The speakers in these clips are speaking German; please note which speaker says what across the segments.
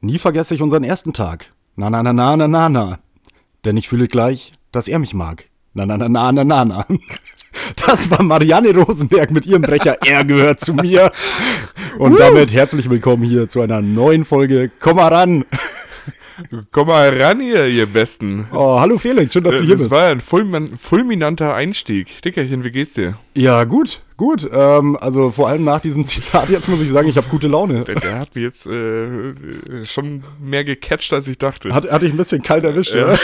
Speaker 1: Nie vergesse ich unseren ersten Tag. Na na na na na na na. Denn ich fühle gleich, dass er mich mag. Na na na na na na na. Das war Marianne Rosenberg mit ihrem Brecher. Er gehört zu mir. Und damit herzlich willkommen hier zu einer neuen Folge. Komm mal ran.
Speaker 2: Komm mal ran hier, ihr Besten. Äh,
Speaker 1: Oh, hallo Felix, schön, dass du hier
Speaker 2: das
Speaker 1: bist.
Speaker 2: war ein fulmin fulminanter Einstieg. Dickerchen, wie geht's dir?
Speaker 1: Ja, gut, gut. Ähm, also vor allem nach diesem Zitat, jetzt muss ich sagen, ich habe gute Laune.
Speaker 2: Der, der hat mich jetzt äh, schon mehr gecatcht, als ich dachte.
Speaker 1: Hat, hatte ich ein bisschen kalt erwischt,
Speaker 2: Ja.
Speaker 1: ja.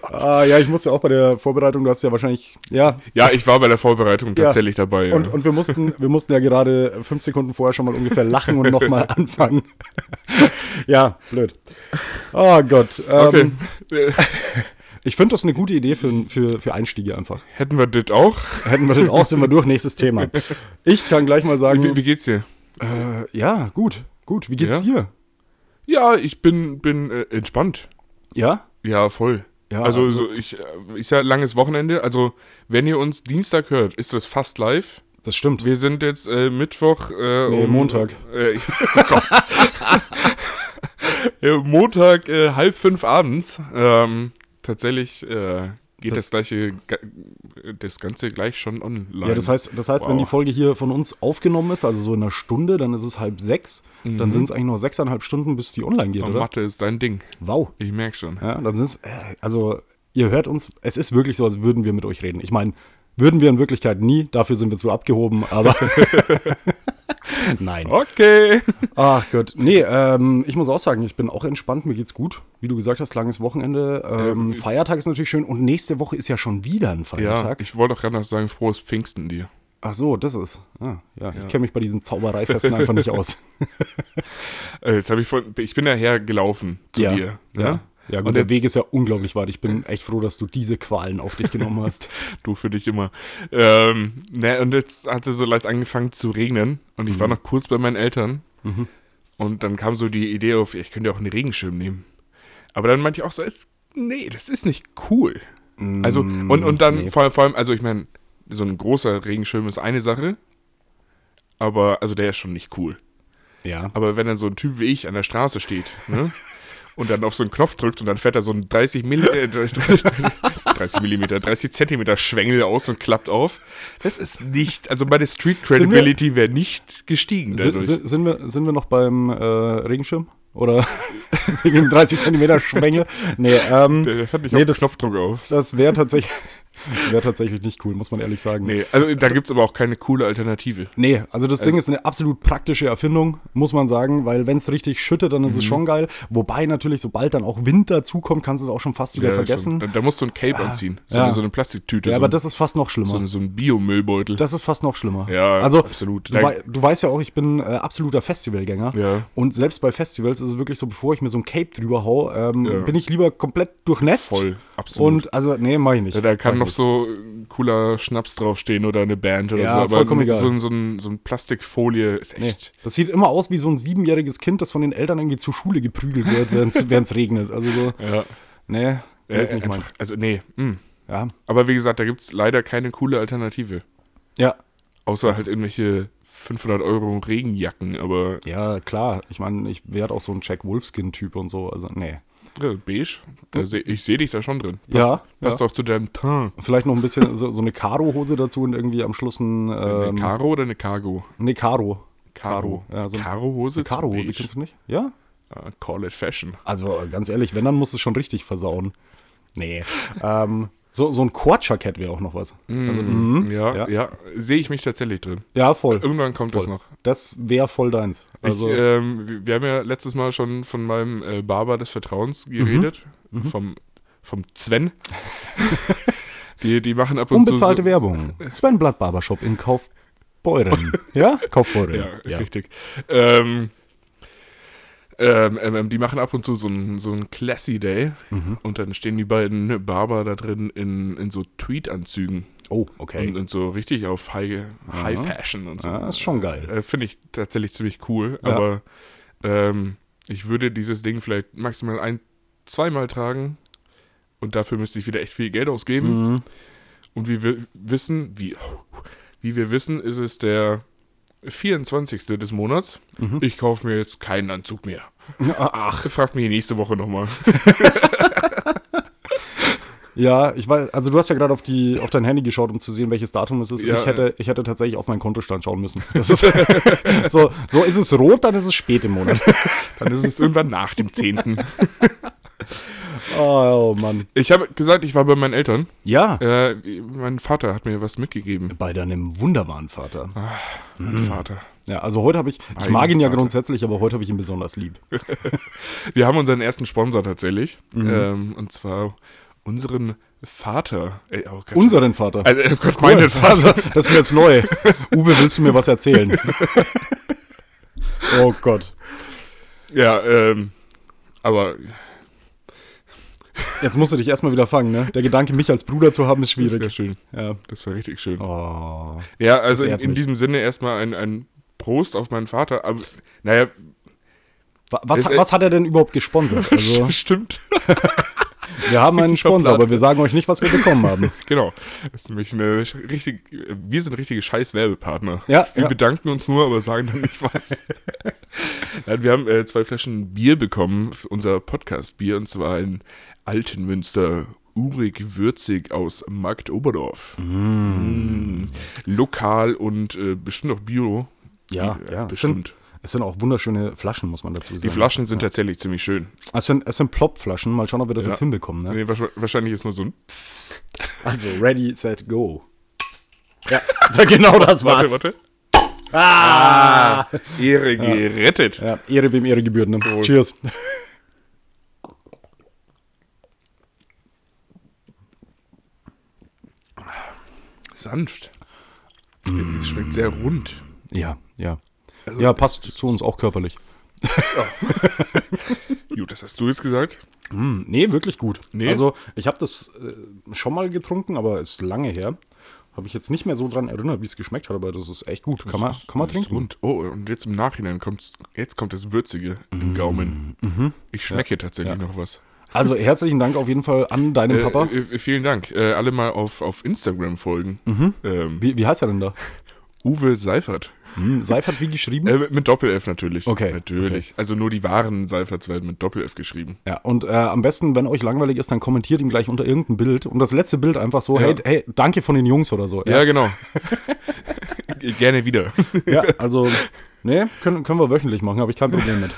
Speaker 1: ah, ja, ich musste auch bei der Vorbereitung, du hast ja wahrscheinlich, ja.
Speaker 2: ja, ich war bei der Vorbereitung
Speaker 1: Ja.
Speaker 2: tatsächlich dabei. ja.
Speaker 1: Und, und wir, mussten, wir mussten ja gerade fünf Sekunden vorher schon mal ungefähr lachen und nochmal anfangen. ja, blöd. Oh Gott. Ähm,
Speaker 2: okay. Äh,
Speaker 1: Ich finde das eine gute Idee für, für, für Einstiege einfach.
Speaker 2: Hätten wir das auch?
Speaker 1: Hätten wir den auch, sind wir durch, nächstes Thema. Ich kann gleich mal sagen,
Speaker 2: Wie, wie geht's dir?
Speaker 1: äh, ja, gut, gut, wie geht's
Speaker 2: Ja?
Speaker 1: dir?
Speaker 2: Ja, ich bin, bin äh, entspannt.
Speaker 1: Ja?
Speaker 2: Ja, voll.
Speaker 1: Ja,
Speaker 2: also,
Speaker 1: also-
Speaker 2: so, ich, äh, ist ja langes Wochenende. Also, wenn ihr uns Dienstag hört, ist das fast live.
Speaker 1: Das stimmt.
Speaker 2: Wir sind jetzt äh, Mittwoch. Äh,
Speaker 1: Nee, Montag.
Speaker 2: Äh, oh Gott. Äh, Montag äh, halb fünf abends. Ähm, tatsächlich äh, geht das,
Speaker 1: Das-
Speaker 2: gleiche, ga- das Ganze gleich schon online.
Speaker 1: Ja, das heißt, das heißt wenn
Speaker 2: Wow.
Speaker 1: die Folge hier von uns aufgenommen ist, also so in einer Stunde, dann ist es halb sechs.
Speaker 2: Mhm.
Speaker 1: Dann sind es eigentlich noch sechseinhalb Stunden, bis die online geht,
Speaker 2: Und
Speaker 1: oder?
Speaker 2: Mathe ist dein Ding.
Speaker 1: Wow.
Speaker 2: Ich merke schon.
Speaker 1: Ja, dann sind es, äh, also ihr hört uns, es ist wirklich so, als würden wir mit euch reden. Ich meine, würden wir in Wirklichkeit nie, dafür sind wir zu abgehoben, aber
Speaker 2: Oh.
Speaker 1: nein.
Speaker 2: Okay.
Speaker 1: Ach Gott, nee, ähm, ich muss auch sagen, ich bin auch entspannt, mir geht's gut. Wie du gesagt hast, langes Wochenende, ähm, Feiertag ist natürlich schön und nächste Woche ist ja schon wieder ein
Speaker 2: Ja,
Speaker 1: Feiertag.
Speaker 2: ich wollte auch gerade noch sagen, frohes Pfingsten dir.
Speaker 1: Ach so, das ist, ah, ja, ich kenne mich bei diesen Zaubereifesten einfach nicht aus.
Speaker 2: Äh, jetzt habe ich von, ich bin ja hergelaufen zu
Speaker 1: ja.
Speaker 2: dir.
Speaker 1: Ja.
Speaker 2: ne?
Speaker 1: Ja,
Speaker 2: Und
Speaker 1: gut, der
Speaker 2: jetzt-
Speaker 1: Weg ist ja unglaublich weit. Ich bin echt froh, dass du diese Qualen auf dich genommen hast.
Speaker 2: Du für dich immer. Ähm, ne, und jetzt hat es so leicht angefangen zu regnen. Und ich war noch kurz bei meinen Eltern. Und dann kam so die Idee auf, ich könnte ja auch einen Regenschirm nehmen. Aber dann meinte ich auch so, es, nee, das ist nicht cool. Also, und, und dann
Speaker 1: Mhm, nee.
Speaker 2: vor, allem- vor allem, also ich meine, so ein großer Regenschirm ist eine Sache. Aber, also der ist schon nicht cool.
Speaker 1: Ja.
Speaker 2: Aber wenn dann so ein Typ wie ich an der Straße steht, ne? Und dann auf so einen Knopf drückt und dann fährt da so ein äh, 30 Millimeter, 30 Millimeter, 30 Zentimeter Schwengel aus und klappt auf. Das ist nicht, also meine Street
Speaker 1: wir-
Speaker 2: Credibility wäre nicht gestiegen
Speaker 1: Sind,
Speaker 2: dadurch.
Speaker 1: sind, sind, wir, sind wir noch beim äh, Regenschirm? Oder wegen dem 30 Zentimeter Schwengel? Nee, ähm,
Speaker 2: der der fährt nicht
Speaker 1: nee,
Speaker 2: auf den
Speaker 1: das-
Speaker 2: Knopfdruck auf.
Speaker 1: das wäre tatsächlich, das wär tatsächlich nicht cool, muss man ehrlich sagen.
Speaker 2: Nee, Äh, also da gibt es aber auch keine coole Alternative.
Speaker 1: Nee, also das Ding ist eine absolut praktische Erfindung, muss man sagen, weil wenn es richtig schüttet, dann ist
Speaker 2: Mhm.
Speaker 1: es schon geil. Wobei natürlich, sobald dann auch Wind dazukommt, kannst du es auch schon fast wieder
Speaker 2: Ja,
Speaker 1: vergessen.
Speaker 2: schon. Da, da musst du ein Cape anziehen. So,
Speaker 1: ja.
Speaker 2: eine, so eine Plastiktüte.
Speaker 1: ja,
Speaker 2: so
Speaker 1: aber
Speaker 2: ein,
Speaker 1: das ist fast noch schlimmer.
Speaker 2: so, eine, so ein Biomüllbeutel.
Speaker 1: Das ist fast noch schlimmer.
Speaker 2: Ja,
Speaker 1: also,
Speaker 2: absolut.
Speaker 1: Du, wei du weißt ja auch, ich bin äh, absoluter Festivalgänger.
Speaker 2: Ja.
Speaker 1: Und selbst bei Festivals ist es wirklich so, bevor ich mir so ein Cape drüber hau, ähm,
Speaker 2: Ja.
Speaker 1: bin ich lieber komplett durchnässt.
Speaker 2: Voll, absolut.
Speaker 1: Und also, nee, mach ich nicht.
Speaker 2: Ja, da kann
Speaker 1: Mach
Speaker 2: noch
Speaker 1: ich
Speaker 2: so ein cooler Schnaps draufstehen oder eine Band oder
Speaker 1: Ja,
Speaker 2: so, aber
Speaker 1: vollkommen egal.
Speaker 2: So, ein- so, ein, so ein Plastikfolie ist echt.
Speaker 1: nicht. Das sieht immer aus wie so ein siebenjähriges Kind, das von den Eltern irgendwie zur Schule geprügelt wird, während es regnet. Also so,
Speaker 2: Ja.
Speaker 1: nee,
Speaker 2: Äh,
Speaker 1: nee, ist nicht meins.
Speaker 2: einfach, also nee. mm.
Speaker 1: Ja.
Speaker 2: Aber wie gesagt, da gibt es leider keine coole Alternative.
Speaker 1: ja,
Speaker 2: Außer halt irgendwelche 500 Euro Regenjacken, aber
Speaker 1: ja, klar. Ich meine, ich werde auch so ein Jack Wolfskin-Typ und so. Also, nee.
Speaker 2: äh, beige, da seh, ich sehe dich da schon drin. Passt,
Speaker 1: Hm. Ja,
Speaker 2: Passt auch zu deinem Teint.
Speaker 1: Vielleicht noch ein bisschen so, so eine Karo-Hose dazu und irgendwie am Schluss ein.
Speaker 2: Eine
Speaker 1: Ähm,
Speaker 2: Karo oder eine Cargo?
Speaker 1: nee, Karo.
Speaker 2: Karo.
Speaker 1: Karo, ja, so ein-
Speaker 2: Karo-Hose? zu
Speaker 1: Karo-Hose
Speaker 2: beige.
Speaker 1: kennst du nicht? Ja?
Speaker 2: Ah, Call it Fashion.
Speaker 1: Also äh, ganz ehrlich, wenn, dann muss es schon richtig versauen. Nee. ähm, so, so ein Quad-Jackett wäre auch noch was. Also, mhm.
Speaker 2: Mm. ja,
Speaker 1: ja.
Speaker 2: ja. Sehe ich mich tatsächlich drin.
Speaker 1: ja, voll.
Speaker 2: Irgendwann kommt das noch.
Speaker 1: Das wäre voll deins. Also,
Speaker 2: ich, ähm, wir- wir haben ja letztes Mal schon von meinem äh, Barber des Vertrauens
Speaker 1: Mhm.
Speaker 2: geredet, Vom, vom Sven. die, die machen ab und zu.
Speaker 1: unbezahlte
Speaker 2: so,
Speaker 1: Werbung. Sven Blatt Barbershop in Kaufbeuren. ja? Kaufbeuren.
Speaker 2: Ja, richtig. Ähm, ähm, ähm, ähm, die machen ab und zu so einen so einen Classy Day
Speaker 1: Mhm.
Speaker 2: und dann stehen die beiden Barber da drin in, in so Tweet-Anzügen
Speaker 1: Oh, okay.
Speaker 2: und, und so richtig auf High, High Fashion und so.
Speaker 1: Ah, ist schon geil.
Speaker 2: Äh, Finde ich tatsächlich ziemlich cool,
Speaker 1: Ja.
Speaker 2: aber ähm, ich würde dieses Ding vielleicht maximal ein, zweimal tragen und dafür müsste ich wieder echt viel Geld ausgeben.
Speaker 1: Mhm.
Speaker 2: Und wie wir wissen, wie, wie wir wissen, ist es der 24. des Monats. Ich kaufe mir jetzt keinen Anzug mehr.
Speaker 1: Mhm. Ach.
Speaker 2: Fragt mich nächste Woche nochmal.
Speaker 1: Ja, ich weiß, also du hast ja gerade auf, die- auf dein Handy geschaut, um zu sehen, welches Datum es ist.
Speaker 2: Ja,
Speaker 1: ich, hätte, ich hätte tatsächlich auf meinen Kontostand schauen müssen. Das ist, so, so ist es rot, dann ist es spät im Monat.
Speaker 2: Dann ist es irgendwann nach dem 10.
Speaker 1: Oh, Mann.
Speaker 2: Ich habe gesagt, ich war bei meinen Eltern.
Speaker 1: Ja,
Speaker 2: Äh, mein Vater hat mir was mitgegeben.
Speaker 1: bei deinem wunderbaren Vater. Mhm.
Speaker 2: Mein Vater.
Speaker 1: Ja, also heute habe ich, ich
Speaker 2: Mein
Speaker 1: mag ihn ja
Speaker 2: Vater.
Speaker 1: grundsätzlich, aber heute habe ich ihn besonders lieb.
Speaker 2: Wir haben unseren ersten Sponsor tatsächlich.
Speaker 1: Mhm.
Speaker 2: Ähm, und zwar unseren Vater. Ey, oh Gott.
Speaker 1: Unseren Vater.
Speaker 2: Also, oh Gott, meinen
Speaker 1: Also,
Speaker 2: Vater.
Speaker 1: das ist mir jetzt neu. Uwe, willst du mir was erzählen? oh Gott.
Speaker 2: Ja, ähm, aber
Speaker 1: Jetzt musst du dich erstmal wieder fangen, ne? Der Gedanke, mich als Bruder zu haben, ist
Speaker 2: das wäre
Speaker 1: schwierig.
Speaker 2: schön.
Speaker 1: Ja.
Speaker 2: Das war richtig schön.
Speaker 1: Oh.
Speaker 2: Ja,
Speaker 1: Das
Speaker 2: also in,
Speaker 1: ehrt
Speaker 2: in
Speaker 1: mich.
Speaker 2: diesem Sinne erstmal ein, ein Prost auf meinen Vater. Aber, naja,
Speaker 1: Wa- Was,
Speaker 2: Es-
Speaker 1: was hat er denn überhaupt gesponsert? Also,
Speaker 2: stimmt.
Speaker 1: wir haben einen Sponsor,
Speaker 2: verplant.
Speaker 1: aber wir sagen euch nicht, was wir bekommen haben.
Speaker 2: Genau. Das ist nämlich eine sch- richtig, wir sind richtige scheiß Werbepartner.
Speaker 1: Ja,
Speaker 2: Wir
Speaker 1: ja.
Speaker 2: bedanken uns nur, aber sagen dann nicht was. Nein, wir haben äh, zwei Flaschen Bier bekommen, für unser Podcast-Bier, und zwar ein Altenmünster urig würzig aus Marktoberdorf. Mm. Lokal und äh, bestimmt auch Bio.
Speaker 1: Ja,
Speaker 2: Äh,
Speaker 1: ja. Es sind,
Speaker 2: bestimmt.
Speaker 1: es sind auch wunderschöne Flaschen, muss man dazu sagen.
Speaker 2: Die Flaschen sind tatsächlich ziemlich schön.
Speaker 1: Es sind, es sind Plop-Flaschen. Mal schauen, ob wir das
Speaker 2: Ja.
Speaker 1: jetzt hinbekommen. Ne?
Speaker 2: Nee, wahrsch- wahrscheinlich ist nur so ein
Speaker 1: Also, ready, set, go. Ja, da- genau das war's.
Speaker 2: Warte, warte. Ah! Ehre gerettet.
Speaker 1: Ja, Ehre wem Ehre gebührt. Ne? Cheers.
Speaker 2: Sanft. Es Schmeckt sehr rund.
Speaker 1: Ja, ja. ja, passt zu uns auch körperlich.
Speaker 2: Gut, das hast du jetzt gesagt.
Speaker 1: Hm, nee, wirklich gut.
Speaker 2: Nee?
Speaker 1: Also, ich habe das äh, schon mal getrunken, aber ist lange her. Habe ich jetzt nicht mehr so dran erinnert, wie es geschmeckt hat, aber das ist echt gut. Kann man,
Speaker 2: Das ist-
Speaker 1: kann man
Speaker 2: das ist
Speaker 1: trinken.
Speaker 2: Rund. Oh, und jetzt im Nachhinein kommt jetzt kommt das Würzige
Speaker 1: Mm-hmm.
Speaker 2: im Gaumen. Ich schmecke tatsächlich noch was.
Speaker 1: Also herzlichen Dank auf jeden Fall an deinen
Speaker 2: Äh,
Speaker 1: Papa.
Speaker 2: äh, vielen Dank. Äh, alle mal auf, auf Instagram folgen.
Speaker 1: Mm-hmm.
Speaker 2: Ähm,
Speaker 1: Wie, wie heißt er denn da?
Speaker 2: Uwe Seifert.
Speaker 1: Hm, Seifert wie geschrieben?
Speaker 2: Äh, mit, mit Doppel-F natürlich.
Speaker 1: Okay,
Speaker 2: Natürlich. Also nur die wahren Seiferts werden mit Doppel-F geschrieben.
Speaker 1: Ja, und äh, am besten, wenn euch langweilig ist, dann kommentiert ihm gleich unter irgendein Bild. Und das letzte Bild einfach so,
Speaker 2: Ja.
Speaker 1: hey, hey, danke von den Jungs oder so.
Speaker 2: Ja, genau. Gerne wieder.
Speaker 1: ja also, nee, können, können wir wöchentlich machen, habe ich kein Problem mit.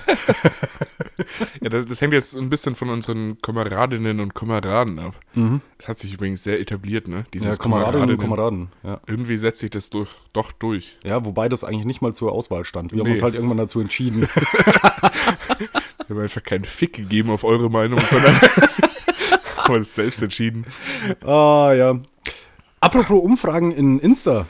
Speaker 2: Ja, das, das hängt jetzt ein bisschen von unseren Kameradinnen und Kameraden ab. Das hat sich übrigens sehr etabliert, ne? Dieses
Speaker 1: Mhm. Ja, Kameradinnen und
Speaker 2: Kameradinnen.
Speaker 1: Kameraden. Ja.
Speaker 2: Irgendwie setzt sich das durch, doch durch.
Speaker 1: ja, wobei das eigentlich nicht mal zur Auswahl stand. Wir haben
Speaker 2: Nee.
Speaker 1: uns halt irgendwann dazu entschieden.
Speaker 2: Wir haben einfach keinen Fick gegeben auf eure Meinung, sondern haben uns selbst entschieden.
Speaker 1: ah, ja. Apropos Umfragen in Insta.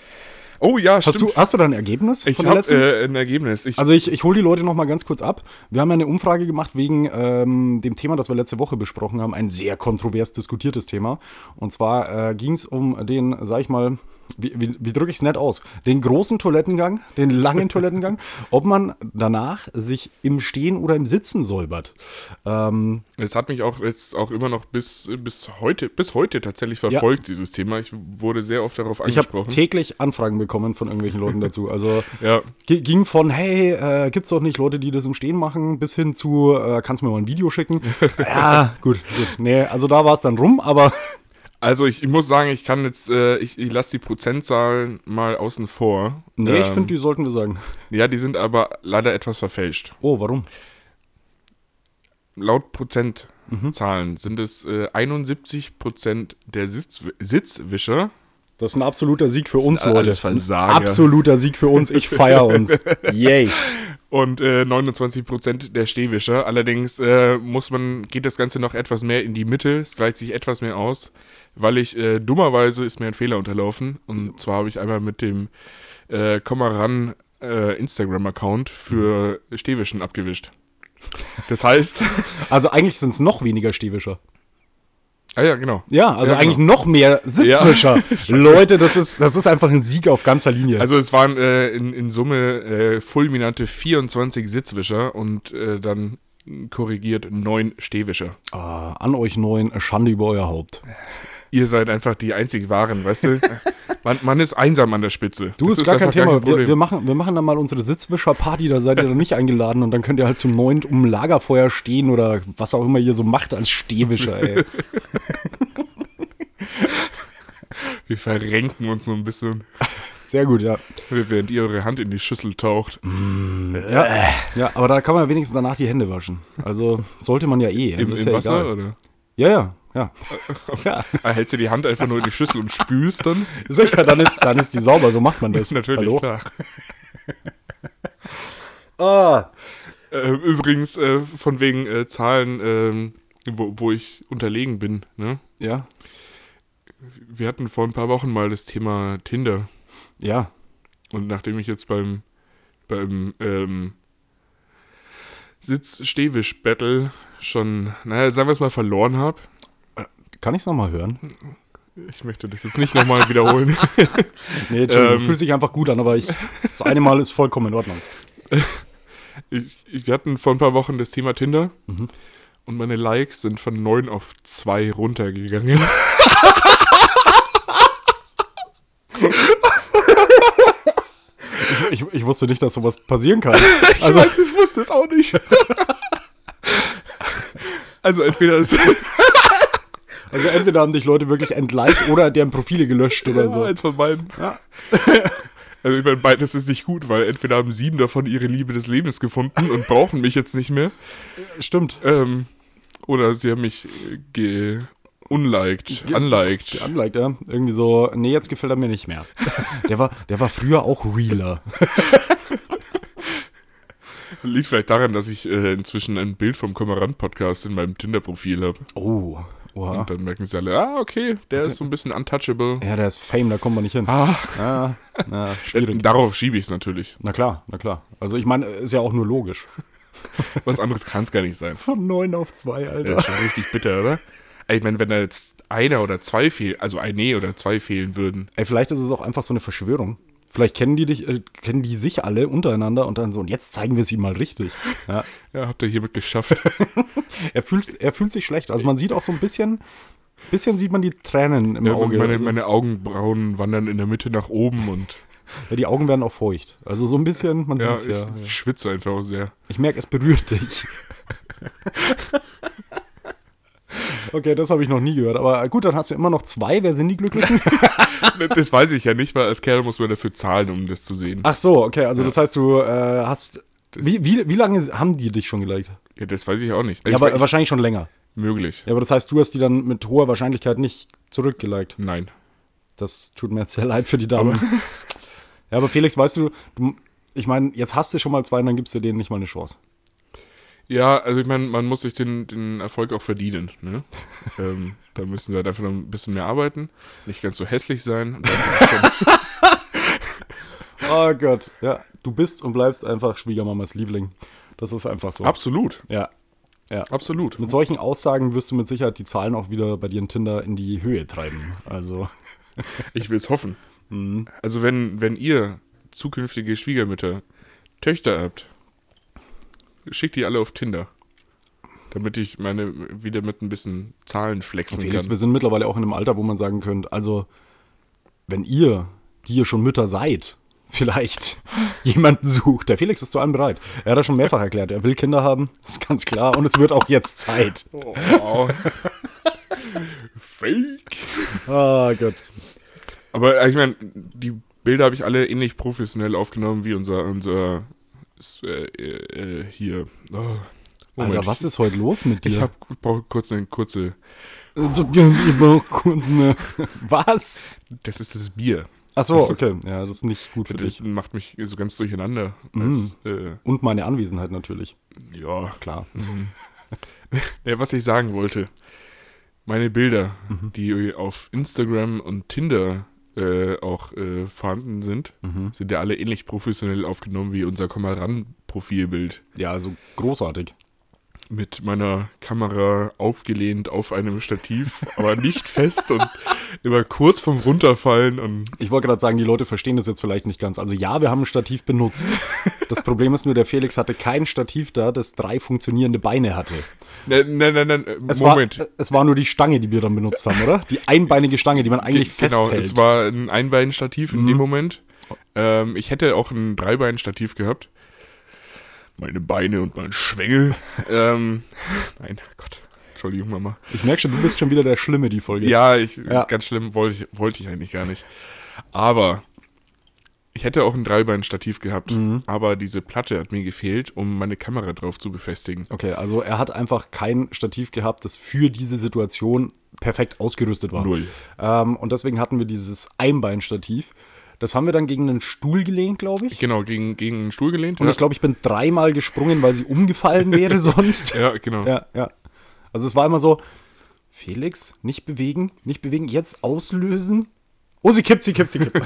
Speaker 2: Oh ja,
Speaker 1: Hast du,
Speaker 2: stimmt.
Speaker 1: hast du da ein Ergebnis
Speaker 2: ich habe äh, ein Ergebnis. Ich,
Speaker 1: Also ich, ich hole die Leute noch mal ganz kurz ab. Wir haben ja eine Umfrage gemacht wegen ähm, dem Thema, das wir letzte Woche besprochen haben. Ein sehr kontrovers diskutiertes Thema. Und zwar äh, ging es um den, sag ich mal, wie, wie, wie drücke ich es nett aus? Den großen Toilettengang, den langen Toilettengang, ob man danach sich im Stehen oder im Sitzen säubert. Ähm,
Speaker 2: es hat mich auch jetzt auch immer noch bis, bis heute, bis heute tatsächlich verfolgt, dieses Thema. Ich wurde sehr oft
Speaker 1: ich
Speaker 2: darauf
Speaker 1: habe
Speaker 2: angesprochen.
Speaker 1: täglich Anfragen bekommen von irgendwelchen Leuten dazu. Also
Speaker 2: ja.
Speaker 1: G- ging von, hey, äh, gibt's doch nicht Leute, die das im Stehen machen, bis hin zu, äh, kannst du mir mal ein Video schicken? ja, gut, gut. Nee, also da war es dann rum, aber
Speaker 2: Also ich, ich muss sagen, ich kann jetzt, äh, ich, ich lasse die Prozentzahlen mal außen vor.
Speaker 1: nee, ich
Speaker 2: Ähm,
Speaker 1: finde, die sollten wir sagen.
Speaker 2: Ja, die sind aber leider etwas verfälscht.
Speaker 1: Oh, warum?
Speaker 2: Laut Prozentzahlen sind es äh, 71 Prozent der Sitz Sitzwischer.
Speaker 1: Das ist ein absoluter Sieg für uns,
Speaker 2: all-
Speaker 1: Leute.
Speaker 2: alles Versager.
Speaker 1: Ein absoluter Sieg für uns. Ich feier uns. Yay.
Speaker 2: Und äh, 29 Prozent der Stehwischer. Allerdings äh, muss man, geht das Ganze noch etwas mehr in die Mitte. Es gleicht sich etwas mehr aus, weil ich äh, dummerweise ist mir ein Fehler unterlaufen. Und zwar habe ich einmal mit dem äh, Komma ran äh, Instagram-Account für Stehwischen abgewischt. Das heißt,
Speaker 1: Also eigentlich sind es noch weniger Stehwischer.
Speaker 2: ah ja, genau.
Speaker 1: Ja, also
Speaker 2: Ja,
Speaker 1: eigentlich
Speaker 2: genau.
Speaker 1: noch mehr Sitzwischer. Leute, das ist, das ist einfach ein Sieg auf ganzer Linie.
Speaker 2: Also es waren äh, in, in Summe äh, fulminante 24 Sitzwischer und äh, dann korrigiert neun Stehwischer.
Speaker 1: ah, an euch neun, Schande über euer Haupt.
Speaker 2: ihr seid einfach die einzig Wahren, weißt du? Man, man ist einsam an der Spitze.
Speaker 1: Du,
Speaker 2: Das
Speaker 1: ist gar kein
Speaker 2: einfach
Speaker 1: Thema. wir,
Speaker 2: Problem.
Speaker 1: wir, machen, wir machen dann mal unsere Sitzwischer-Party, da seid ihr dann nicht eingeladen und dann könnt ihr halt zu neunt um ein Lagerfeuer stehen oder was auch immer ihr so macht als Stehwischer, ey.
Speaker 2: wir verrenken uns so ein bisschen,
Speaker 1: Sehr gut, ja.
Speaker 2: während ihr eure Hand in die Schüssel taucht.
Speaker 1: Mhm. Ja, ja aber da kann man wenigstens danach die Hände waschen. Also sollte man ja eh. Also
Speaker 2: Im,
Speaker 1: ist
Speaker 2: im
Speaker 1: ja
Speaker 2: Wasser,
Speaker 1: egal.
Speaker 2: oder?
Speaker 1: Ja, ja, ja. ja.
Speaker 2: Ah, Hältst du die Hand einfach nur in die Schüssel und spülst dann?
Speaker 1: Sicher, dann ist, dann ist die sauber, so macht man das.
Speaker 2: Natürlich,
Speaker 1: Hallo?
Speaker 2: klar.
Speaker 1: Ah,
Speaker 2: Äh, übrigens, äh, von wegen äh, Zahlen, ähm, wo, wo ich unterlegen bin. Ne?
Speaker 1: ja,
Speaker 2: Wir hatten vor ein paar Wochen mal das Thema Tinder.
Speaker 1: ja.
Speaker 2: Und nachdem ich jetzt beim, beim ähm, Sitz-Stehwisch-Battle schon, naja, sagen wir es mal, verloren habe.
Speaker 1: Kann ich es nochmal hören?
Speaker 2: Ich möchte das jetzt nicht nochmal wiederholen.
Speaker 1: Nee, Entschuldigung,
Speaker 2: Ähm.
Speaker 1: fühlt sich einfach gut an, aber ich, das eine Mal ist vollkommen in Ordnung.
Speaker 2: Ich, ich, wir hatten vor ein paar Wochen das Thema Tinder.
Speaker 1: Mhm.
Speaker 2: Und meine Likes sind von 9 auf 2 runtergegangen.
Speaker 1: Ich, ich wusste nicht, dass sowas passieren kann.
Speaker 2: Also, ich, weiß, ich wusste es auch nicht. also entweder ist,
Speaker 1: Also entweder haben dich Leute wirklich entliked oder deren Profile gelöscht oder so.
Speaker 2: eins von beiden.
Speaker 1: Ja.
Speaker 2: Also ich meine, beides ist nicht gut, weil entweder haben sieben davon ihre Liebe des Lebens gefunden und brauchen mich jetzt nicht mehr.
Speaker 1: Stimmt.
Speaker 2: Ähm, oder sie haben mich äh, ge unliked, unliked.
Speaker 1: Unliked, ja. Irgendwie so, nee, jetzt gefällt er mir nicht mehr. Der war, der war früher auch realer.
Speaker 2: Liegt vielleicht daran, dass ich äh, inzwischen ein Bild vom Kommandant-Podcast in meinem Tinder-Profil habe.
Speaker 1: Oh, oha.
Speaker 2: Und dann merken sie alle, ah, okay, der ist so ein bisschen untouchable.
Speaker 1: Ja, der ist Fame, da kommt man nicht hin.
Speaker 2: Ah,
Speaker 1: Ah, na, schwierig.
Speaker 2: darauf schiebe ich es natürlich.
Speaker 1: Na klar, na klar. Also ich meine, ist ja auch nur logisch.
Speaker 2: Was anderes kann es gar nicht sein.
Speaker 1: Von 9 auf 2, Alter.
Speaker 2: Das ist schon richtig bitter, oder? Ey, Ich meine, wenn da jetzt einer oder zwei fehlen, also ein Nee oder zwei fehlen würden.
Speaker 1: Ey, vielleicht ist es auch einfach so eine Verschwörung. Vielleicht kennen die dich, äh, kennen die sich alle untereinander und dann so, und jetzt zeigen wir es ihm mal richtig. Ja.
Speaker 2: Ja, habt ihr hiermit geschafft.
Speaker 1: Er, fühlt, er fühlt sich schlecht. Also man sieht auch so ein bisschen, bisschen sieht man die Tränen im
Speaker 2: Ja, und
Speaker 1: Auge.
Speaker 2: meine,
Speaker 1: also,
Speaker 2: meine Augenbrauen wandern in der Mitte nach oben und
Speaker 1: ja, die Augen werden auch feucht. Also so ein bisschen, man
Speaker 2: ja,
Speaker 1: sieht's
Speaker 2: ich,
Speaker 1: ja. Ich,
Speaker 2: ich schwitze einfach sehr.
Speaker 1: merke, es berührt dich. okay, das habe ich noch nie gehört. Aber gut, dann hast du immer noch zwei. Wer sind die Glücklichen?
Speaker 2: Das weiß ich ja nicht, weil als Kerl muss man dafür zahlen, um das zu sehen.
Speaker 1: Ach so, okay. Also das heißt, du äh, hast... Wie, wie, wie lange haben die dich schon geliked?
Speaker 2: Ja, das weiß ich auch nicht.
Speaker 1: Ja,
Speaker 2: Ich-
Speaker 1: aber
Speaker 2: ich,
Speaker 1: wahrscheinlich schon länger.
Speaker 2: möglich.
Speaker 1: Ja, aber das heißt, du hast die dann mit hoher Wahrscheinlichkeit nicht zurückgeliked.
Speaker 2: Nein.
Speaker 1: Das tut mir jetzt sehr leid für die Dame. ja, aber Felix, weißt du, du ich meine, jetzt hast du schon mal zwei und dann gibst du denen nicht mal eine Chance.
Speaker 2: Ja, also ich meine, man muss sich den, den Erfolg auch verdienen. Ne? ähm, da müssen sie halt einfach noch ein bisschen mehr arbeiten, nicht ganz so hässlich sein. Und dann
Speaker 1: Oh Gott. Ja, du bist und bleibst einfach Schwiegermamas Liebling. Das ist einfach so.
Speaker 2: absolut,
Speaker 1: ja. Ja.
Speaker 2: absolut.
Speaker 1: Mit solchen Aussagen wirst du mit Sicherheit die Zahlen auch wieder bei dir in Tinder in die Höhe treiben. Also,
Speaker 2: Ich will's hoffen.
Speaker 1: Mhm.
Speaker 2: Also wenn, wenn ihr zukünftige Schwiegermütter Töchter habt, schickt die alle auf Tinder. Damit ich meine wieder mit ein bisschen Zahlen flexen
Speaker 1: Felix, wir
Speaker 2: kann.
Speaker 1: sind mittlerweile auch in einem Alter, wo man sagen könnte, also, wenn ihr, die ihr schon Mütter seid, vielleicht jemanden sucht. Der Felix ist zu allem bereit. Er hat das schon mehrfach erklärt. Er will Kinder haben, ist ganz klar. Und es wird auch jetzt Zeit.
Speaker 2: Oh. Fake.
Speaker 1: Ah Gott.
Speaker 2: Aber äh, ich meine, die Bilder habe ich alle ähnlich professionell aufgenommen wie unser, unser s- äh, äh, hier. Oh,
Speaker 1: Alter, was ist heute los mit
Speaker 2: Ich, ich
Speaker 1: dir?
Speaker 2: hab- ich brauche kurz eine kurze.
Speaker 1: Also, ich brauch kurz eine- was?
Speaker 2: Das ist das Bier.
Speaker 1: Ach so, okay. Ja, das ist nicht gut für
Speaker 2: Das
Speaker 1: dich. Mhm.
Speaker 2: macht mich so ganz durcheinander. Als, äh,
Speaker 1: Und meine Anwesenheit natürlich.
Speaker 2: ja,
Speaker 1: Klar.
Speaker 2: Ja, was ich sagen wollte, meine Bilder,
Speaker 1: Mhm.
Speaker 2: die auf Instagram und Tinder äh, auch äh, vorhanden sind,
Speaker 1: Mhm.
Speaker 2: sind ja alle ähnlich professionell aufgenommen wie unser Komaran-Profilbild.
Speaker 1: Ja, also großartig.
Speaker 2: Mit meiner Kamera aufgelehnt auf einem Stativ, aber nicht fest und immer kurz vom Runterfallen und
Speaker 1: Ich wollte gerade sagen, die Leute verstehen das jetzt vielleicht nicht ganz. Also ja, wir haben ein Stativ benutzt. Das Problem ist nur, der Felix hatte kein Stativ da, das drei funktionierende Beine hatte.
Speaker 2: Nein, nein, nein, nein, äh,
Speaker 1: Es
Speaker 2: Moment.
Speaker 1: War, es war nur die Stange, die wir dann benutzt haben, oder? Die einbeinige Stange, die man eigentlich
Speaker 2: genau,
Speaker 1: festhält. Mhm.
Speaker 2: es war ein Einbeinstativ in dem Moment. Ähm, ich hätte auch ein Dreibeinstativ gehabt. Meine Beine und mein Schwengel. ähm, nein, Gott. Entschuldigung, Mama.
Speaker 1: ich merke schon, du bist schon wieder der Schlimme, die Folge.
Speaker 2: Ja, ich,
Speaker 1: Ja.
Speaker 2: ganz schlimm wollte ich, wollte ich eigentlich gar nicht. Aber ich hätte auch ein Dreibeinstativ gehabt, aber diese Platte hat mir gefehlt, um meine Kamera drauf zu befestigen.
Speaker 1: Okay, also er hat einfach kein Stativ gehabt, das für diese Situation perfekt ausgerüstet war.
Speaker 2: Null.
Speaker 1: Ähm, und deswegen hatten wir dieses Einbeinstativ. Das haben wir dann gegen einen Stuhl gelehnt, glaube ich.
Speaker 2: Genau, gegen, gegen einen Stuhl gelehnt.
Speaker 1: Und
Speaker 2: ja.
Speaker 1: ich glaube, ich bin dreimal gesprungen, weil sie umgefallen wäre sonst.
Speaker 2: ja, genau.
Speaker 1: ja, ja. Also es war immer so, Felix, nicht bewegen, nicht bewegen, jetzt auslösen. Oh, sie kippt, sie kippt, sie kippt.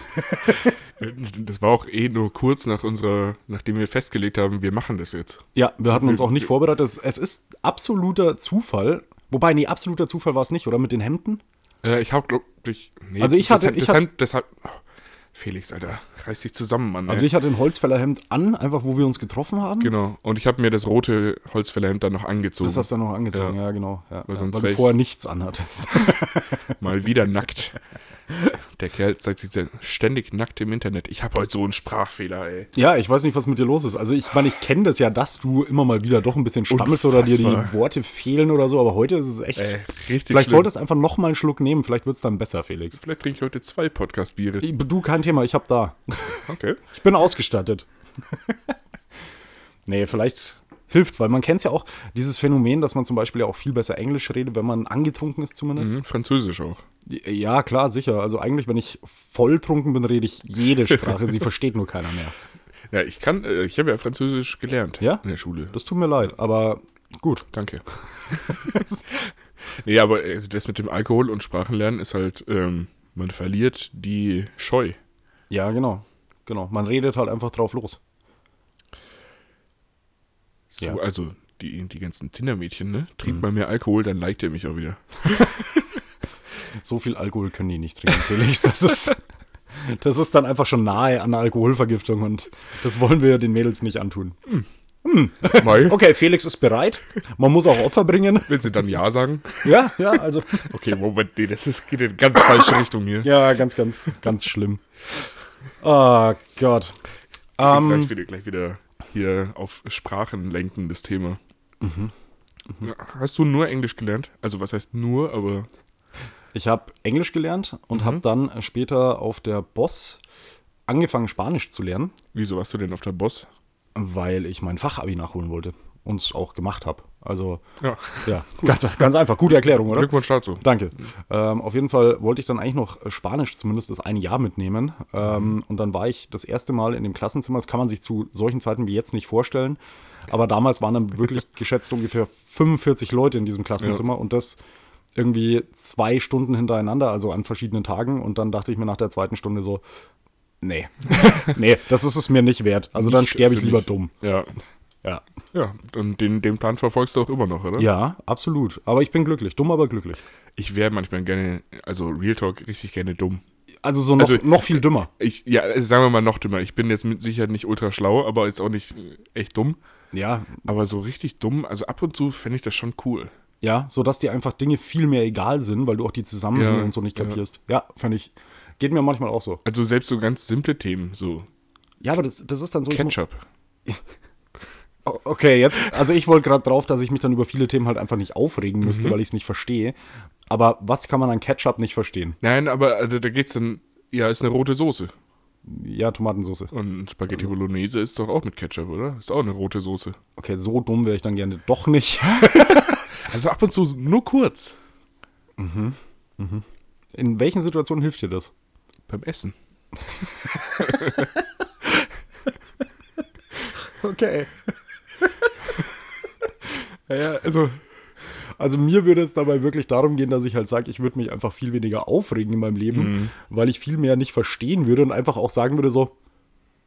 Speaker 2: Das war auch eh nur kurz nach unserer, nachdem wir festgelegt haben, wir machen das jetzt.
Speaker 1: ja, wir hatten uns auch nicht vorbereitet. Es, es ist absoluter Zufall. Wobei, nee, absoluter Zufall war es nicht, oder? Mit den Hemden?
Speaker 2: Äh, ich habe, glaube ich. Nee,
Speaker 1: Also ich
Speaker 2: das
Speaker 1: hatte-
Speaker 2: hat-
Speaker 1: ich
Speaker 2: das
Speaker 1: hat-
Speaker 2: hat, das hat, oh, Felix, Alter, reiß dich zusammen, Mann.
Speaker 1: Also
Speaker 2: ey.
Speaker 1: ich hatte ein Holzfällerhemd an, einfach wo wir uns getroffen haben.
Speaker 2: genau. Und ich habe mir das rote Holzfällerhemd dann noch angezogen.
Speaker 1: Das hast du dann noch angezogen, ja,
Speaker 2: Ja.
Speaker 1: genau. Ja,
Speaker 2: Weil
Speaker 1: ja,
Speaker 2: sonst
Speaker 1: weil
Speaker 2: wär
Speaker 1: du
Speaker 2: ich-
Speaker 1: vorher nichts anhattest.
Speaker 2: Mal wieder nackt. Der Kerl zeigt sich sehr- ständig nackt im Internet. Ich habe heute so einen Sprachfehler, ey.
Speaker 1: ja, ich weiß nicht, was mit dir los ist. Also ich meine, ich kenne das ja, dass du immer mal wieder doch ein bisschen stammelst oder dir die
Speaker 2: Unfassbar.
Speaker 1: Worte fehlen oder so, aber heute ist es echt.
Speaker 2: Ey, richtig
Speaker 1: vielleicht
Speaker 2: schlimm.
Speaker 1: solltest du einfach noch mal einen Schluck nehmen, vielleicht wird es dann besser, Felix.
Speaker 2: Vielleicht trinke ich heute zwei Podcast-Biere.
Speaker 1: Du, kein Thema, ich hab da.
Speaker 2: Okay.
Speaker 1: Ich bin ausgestattet. nee, vielleicht hilft's, weil man kennt ja auch dieses Phänomen, dass man zum Beispiel ja auch viel besser Englisch redet, wenn man angetrunken ist zumindest.
Speaker 2: Mhm, Französisch auch.
Speaker 1: Ja, klar, sicher. Also eigentlich, wenn ich volltrunken bin, rede ich jede Sprache. Sie versteht nur keiner mehr.
Speaker 2: Ja, ich kann, äh, ich habe ja Französisch gelernt
Speaker 1: Ja?
Speaker 2: in der Schule.
Speaker 1: Das tut mir leid, aber gut.
Speaker 2: Danke. nee, aber äh, das mit dem Alkohol und Sprachenlernen ist halt, ähm, man verliert die Scheu.
Speaker 1: Ja, genau. Genau. Man redet halt einfach drauf los.
Speaker 2: So,
Speaker 1: Ja.
Speaker 2: Also die, die ganzen Tinder-Mädchen, ne? Trinkt mal mehr Alkohol, dann liked ihr mich auch wieder.
Speaker 1: So viel Alkohol können die nicht trinken, Felix. Das ist, das ist dann einfach schon nahe an Alkoholvergiftung und das wollen wir den Mädels nicht antun.
Speaker 2: Mai,
Speaker 1: Okay, Felix ist bereit. Man muss auch Opfer bringen.
Speaker 2: willst du dann Ja sagen?
Speaker 1: Ja, ja, also.
Speaker 2: Okay, Moment, nee, das ist, geht in ganz falsche Richtung hier.
Speaker 1: Ja, ganz, ganz, ganz schlimm. Oh Gott. Ähm,
Speaker 2: gleich, wieder, gleich wieder hier auf Sprachen lenken, das Thema. Mhm. Ja, Hast du nur Englisch gelernt? Also was heißt nur, aber
Speaker 1: Ich habe Englisch gelernt und habe dann später auf der Boss angefangen, Spanisch zu lernen,
Speaker 2: wieso warst du denn auf der Boss?
Speaker 1: weil ich mein Fachabi nachholen wollte und es auch gemacht habe. Also,
Speaker 2: Ja, Also
Speaker 1: ja, ganz, ganz einfach. Gute Erklärung, oder?
Speaker 2: Glückwunsch dazu.
Speaker 1: Danke. Ähm, auf jeden Fall wollte ich dann eigentlich noch Spanisch zumindest das eine Jahr mitnehmen. Ähm, und dann war ich das erste Mal in dem Klassenzimmer. Das kann man sich zu solchen Zeiten wie jetzt nicht vorstellen. Aber damals waren dann wirklich geschätzt ungefähr 45 Leute in diesem Klassenzimmer und das irgendwie zwei Stunden hintereinander, also an verschiedenen Tagen. Und dann dachte ich mir nach der zweiten Stunde so, nee, nee, das ist es mir nicht wert. Also dann
Speaker 2: Nicht
Speaker 1: sterbe ich
Speaker 2: für
Speaker 1: lieber
Speaker 2: mich.
Speaker 1: dumm.
Speaker 2: Ja,
Speaker 1: Ja.
Speaker 2: ja und den, den Plan verfolgst du auch immer noch, oder?
Speaker 1: ja, absolut. Aber ich bin glücklich. Dumm, aber glücklich.
Speaker 2: Ich wäre manchmal gerne, also Real Talk, richtig gerne dumm.
Speaker 1: Also so noch,
Speaker 2: Also-
Speaker 1: noch viel dümmer.
Speaker 2: Ich, ja, also sagen wir mal noch dümmer. Ich bin jetzt mit Sicherheit nicht ultra schlau, aber jetzt auch nicht äh, echt dumm.
Speaker 1: Ja,
Speaker 2: Aber so richtig dumm, also ab und zu fände ich das schon cool.
Speaker 1: Ja, sodass dir einfach Dinge viel mehr egal sind, weil du auch die Zusammenhänge
Speaker 2: Ja,
Speaker 1: und so nicht
Speaker 2: ja.
Speaker 1: kapierst. Ja, finde ich. Geht mir manchmal auch so.
Speaker 2: Also selbst so ganz simple Themen, so
Speaker 1: Ja, aber das, das ist dann so. ich mu-
Speaker 2: Ketchup.
Speaker 1: O- okay, jetzt. Also ich wollte gerade drauf, dass ich mich dann über viele Themen halt einfach nicht aufregen müsste, weil ich es nicht verstehe. Aber was kann man an Ketchup nicht verstehen?
Speaker 2: Nein, aber also, da geht's dann, ja, ist eine rote Soße.
Speaker 1: Ja, Tomatensauce.
Speaker 2: Und Spaghetti Bolognese ist doch auch mit Ketchup, oder? Ist auch eine rote Soße.
Speaker 1: Okay, so dumm wäre ich dann gerne doch nicht.
Speaker 2: Also ab und zu nur kurz.
Speaker 1: In welchen Situationen hilft dir das?
Speaker 2: Beim Essen.
Speaker 1: Okay. also, also mir würde es dabei wirklich darum gehen, dass ich halt sage, ich würde mich einfach viel weniger aufregen in meinem Leben,
Speaker 2: Mhm.
Speaker 1: weil ich viel mehr nicht verstehen würde und einfach auch sagen würde so,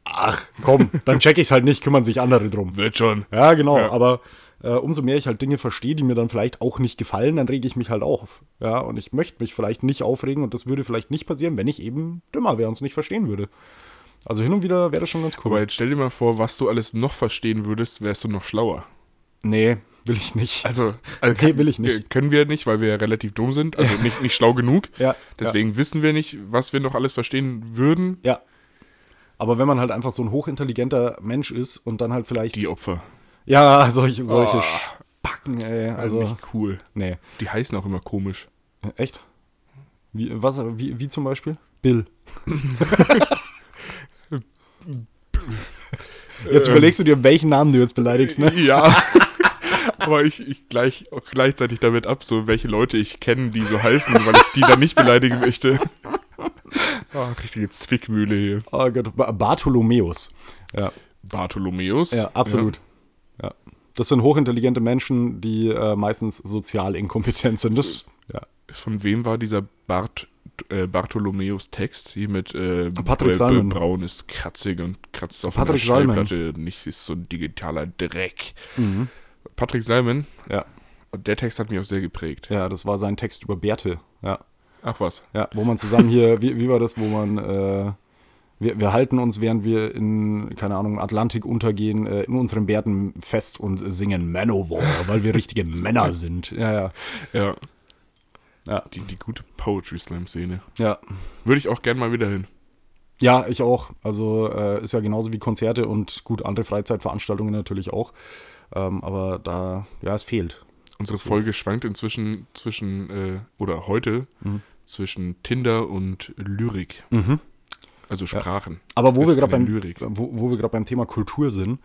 Speaker 1: ach komm, dann check ich's halt nicht, kümmern sich andere drum.
Speaker 2: Wird schon.
Speaker 1: Ja, genau,
Speaker 2: Ja.
Speaker 1: aber äh, umso mehr ich halt Dinge verstehe, die mir dann vielleicht auch nicht gefallen, dann rege ich mich halt auf. Ja, und ich möchte mich vielleicht nicht aufregen und das würde vielleicht nicht passieren, wenn ich eben dümmer wäre und es nicht verstehen würde. Also hin und wieder wäre das schon ganz cool.
Speaker 2: Aber jetzt stell dir mal vor, was du alles noch verstehen würdest, wärst du noch schlauer.
Speaker 1: nee, will ich nicht.
Speaker 2: Also, also
Speaker 1: Nee, will ich nicht.
Speaker 2: äh, können wir nicht, weil wir ja relativ dumm sind, also nicht, nicht schlau genug.
Speaker 1: Ja,
Speaker 2: Deswegen wissen wir nicht, was wir noch alles verstehen würden.
Speaker 1: Ja. Aber wenn man halt einfach so ein hochintelligenter Mensch ist und dann halt vielleicht.
Speaker 2: Die Opfer.
Speaker 1: ja, solche, solche
Speaker 2: Ah.
Speaker 1: Spacken, ey.
Speaker 2: Also
Speaker 1: Also,
Speaker 2: nicht cool.
Speaker 1: nee.
Speaker 2: Die heißen auch immer komisch.
Speaker 1: Äh, Echt? Wie, was, wie, wie zum Beispiel? Bill. jetzt
Speaker 2: Ähm.
Speaker 1: überlegst du dir, welchen Namen du jetzt beleidigst, ne?
Speaker 2: Ja. Aber ich, ich gleich auch gleichzeitig damit ab, so welche Leute ich kenne, die so heißen, weil ich die dann nicht beleidigen möchte. Ah, richtige Zwickmühle hier.
Speaker 1: Oh Gott, Ba- Bartholomäus. Ja,
Speaker 2: Bartholomäus.
Speaker 1: ja absolut. Ja. Das sind hochintelligente Menschen, die äh, meistens sozial inkompetent sind. Das, ja.
Speaker 2: Ja. Von wem war dieser Bart, äh, Bartholomäus-Text? Hier mit äh,
Speaker 1: Ah, Patrick
Speaker 2: Br-
Speaker 1: Salmon.
Speaker 2: Braun ist kratzig und kratzt auf
Speaker 1: Patrick
Speaker 2: einer
Speaker 1: Salmon.
Speaker 2: Schallplatte. Nicht ist so ein digitaler Dreck.
Speaker 1: Mhm.
Speaker 2: Patrick Salmon,
Speaker 1: ja,
Speaker 2: der Text hat mich auch sehr geprägt.
Speaker 1: ja, das war sein Text über Bärte. Ja.
Speaker 2: Ach was.
Speaker 1: Ja, wo man zusammen hier, wie, wie war das, wo man, äh, wir, wir halten uns, während wir in, keine Ahnung, Atlantik untergehen, äh, in unseren Bärten fest und singen Manowar, weil wir richtige Männer sind. Ja, ja.
Speaker 2: Ja.
Speaker 1: Ja.
Speaker 2: Die, die gute Poetry-Slam-Szene.
Speaker 1: Ja,
Speaker 2: Würde ich auch gern mal wieder hin.
Speaker 1: ja ich auch. Also äh, ist ja genauso wie Konzerte und gut, andere Freizeitveranstaltungen natürlich auch. Ähm, aber da, ja, es fehlt.
Speaker 2: Unsere Folge schwankt inzwischen zwischen, äh, oder heute,
Speaker 1: Mhm.
Speaker 2: zwischen Tinder und Lyrik. Also Sprachen.
Speaker 1: Aber Mhm. wo
Speaker 2: Ist
Speaker 1: wir gerade
Speaker 2: keine
Speaker 1: beim,
Speaker 2: Lyrik.
Speaker 1: wo, wo wir gerade beim Thema Kultur sind,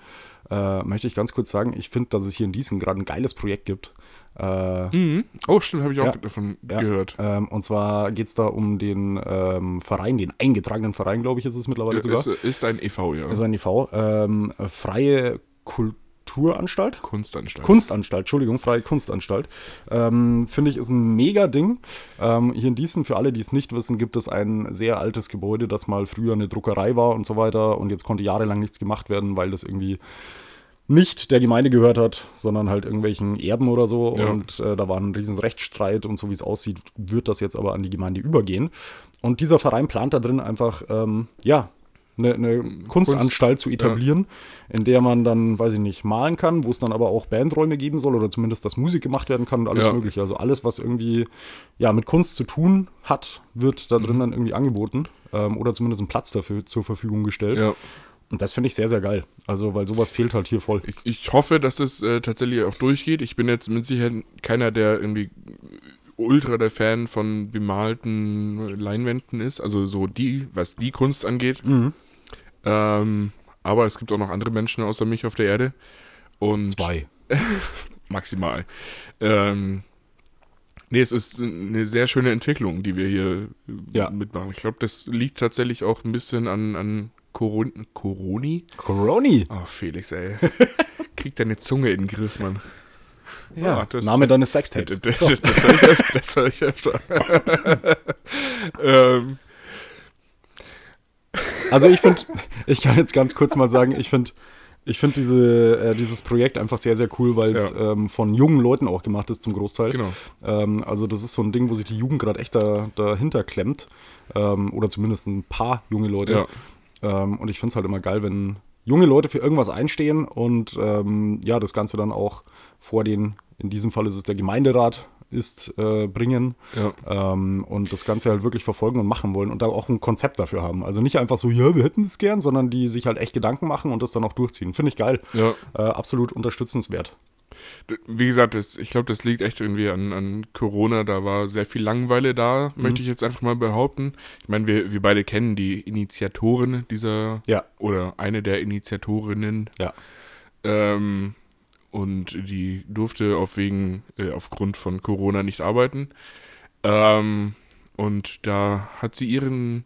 Speaker 1: äh, möchte ich ganz kurz sagen, ich finde, dass es hier in Diesen gerade ein geiles Projekt gibt. Äh,
Speaker 2: Mhm. Oh, stimmt, habe ich auch
Speaker 1: Ja.
Speaker 2: davon
Speaker 1: Ja,
Speaker 2: gehört.
Speaker 1: Ähm, und zwar geht es da um den ähm, Verein, den eingetragenen Verein, glaube ich, ist es mittlerweile sogar.
Speaker 2: Ist, ist ein e.V., ja.
Speaker 1: Also ein IV. Ähm, freie Kulturanstalt?
Speaker 2: Kunstanstalt.
Speaker 1: Kunstanstalt, Entschuldigung, freie Kunstanstalt. Ähm, Finde ich, ist ein mega Ding. Ähm, hier in Diesen, für alle, die es nicht wissen, gibt es ein sehr altes Gebäude, das mal früher eine Druckerei war und so weiter. Und jetzt konnte jahrelang nichts gemacht werden, weil das irgendwie nicht der Gemeinde gehört hat, sondern halt irgendwelchen Erben oder so.
Speaker 2: Ja.
Speaker 1: Und äh, da war ein riesen Rechtsstreit und so wie es aussieht, wird das jetzt aber an die Gemeinde übergehen. Und dieser Verein plant da drin einfach, ähm, ja, ne, eine, eine Kunstanstalt zu etablieren, in der man dann, weiß ich nicht, malen kann, wo es dann aber auch Bandräume geben soll oder zumindest, dass Musik gemacht werden kann und alles
Speaker 2: Ja.
Speaker 1: mögliche. Also alles, was irgendwie ja, mit Kunst zu tun hat, wird da
Speaker 2: Mhm.
Speaker 1: drin dann irgendwie angeboten ähm, oder zumindest ein Platz dafür zur Verfügung gestellt.
Speaker 2: Ja.
Speaker 1: Und das finde ich sehr, sehr geil. Also, weil sowas fehlt halt hier voll.
Speaker 2: Ich, ich hoffe, dass das äh, tatsächlich auch durchgeht. Ich bin jetzt mit Sicherheit keiner, der irgendwie ultra der Fan von bemalten Leinwänden ist. Also so die, was die Kunst angeht.
Speaker 1: Mhm.
Speaker 2: Ähm, aber es gibt auch noch andere Menschen außer mich auf der Erde. Und
Speaker 1: Zwei.
Speaker 2: maximal. Ähm, nee, es ist eine sehr schöne Entwicklung, die wir hier äh,
Speaker 1: Ja.
Speaker 2: mitmachen. Ich glaube, das liegt tatsächlich auch ein bisschen an, an Coron Coroni.
Speaker 1: Coroni.
Speaker 2: Oh, Felix, ey. Krieg deine Zunge in den Griff, Mann.
Speaker 1: Ja,
Speaker 2: Ah, das-
Speaker 1: Name deines
Speaker 2: Das,
Speaker 1: Sextapes.
Speaker 2: das, das, hör ich öf- das höre ich öfter. ähm,
Speaker 1: Also ich finde, ich kann jetzt ganz kurz mal sagen, ich finde ich find diese, äh, dieses Projekt einfach sehr, sehr cool, weil es ähm, von jungen Leuten auch gemacht ist zum Großteil.
Speaker 2: Genau.
Speaker 1: Ähm, also das ist so ein Ding, wo sich die Jugend gerade echt da, dahinter klemmt. Ähm, oder zumindest ein paar junge Leute. Ähm, und ich finde es halt immer geil, wenn junge Leute für irgendwas einstehen und ähm, ja, das Ganze dann auch vor den, in diesem Fall ist es der Gemeinderat, ist, äh, bringen
Speaker 2: ja.
Speaker 1: ähm, und das Ganze halt wirklich verfolgen und machen wollen und da auch ein Konzept dafür haben. Also nicht einfach so, ja, wir hätten das gern, sondern die sich halt echt Gedanken machen und das dann auch durchziehen. Finde ich geil.
Speaker 2: Ja.
Speaker 1: Äh, absolut unterstützenswert.
Speaker 2: Wie gesagt, das, ich glaube, das liegt echt irgendwie an, an Corona. Da war sehr viel Langeweile da, möchte ich jetzt einfach mal behaupten. Ich meine, wir, wir beide kennen die Initiatorin dieser
Speaker 1: Ja.
Speaker 2: oder eine der Initiatorinnen.
Speaker 1: Ja.
Speaker 2: Ähm, und die durfte auf wegen, äh, aufgrund von Corona nicht arbeiten. Ähm, und da hat sie ihren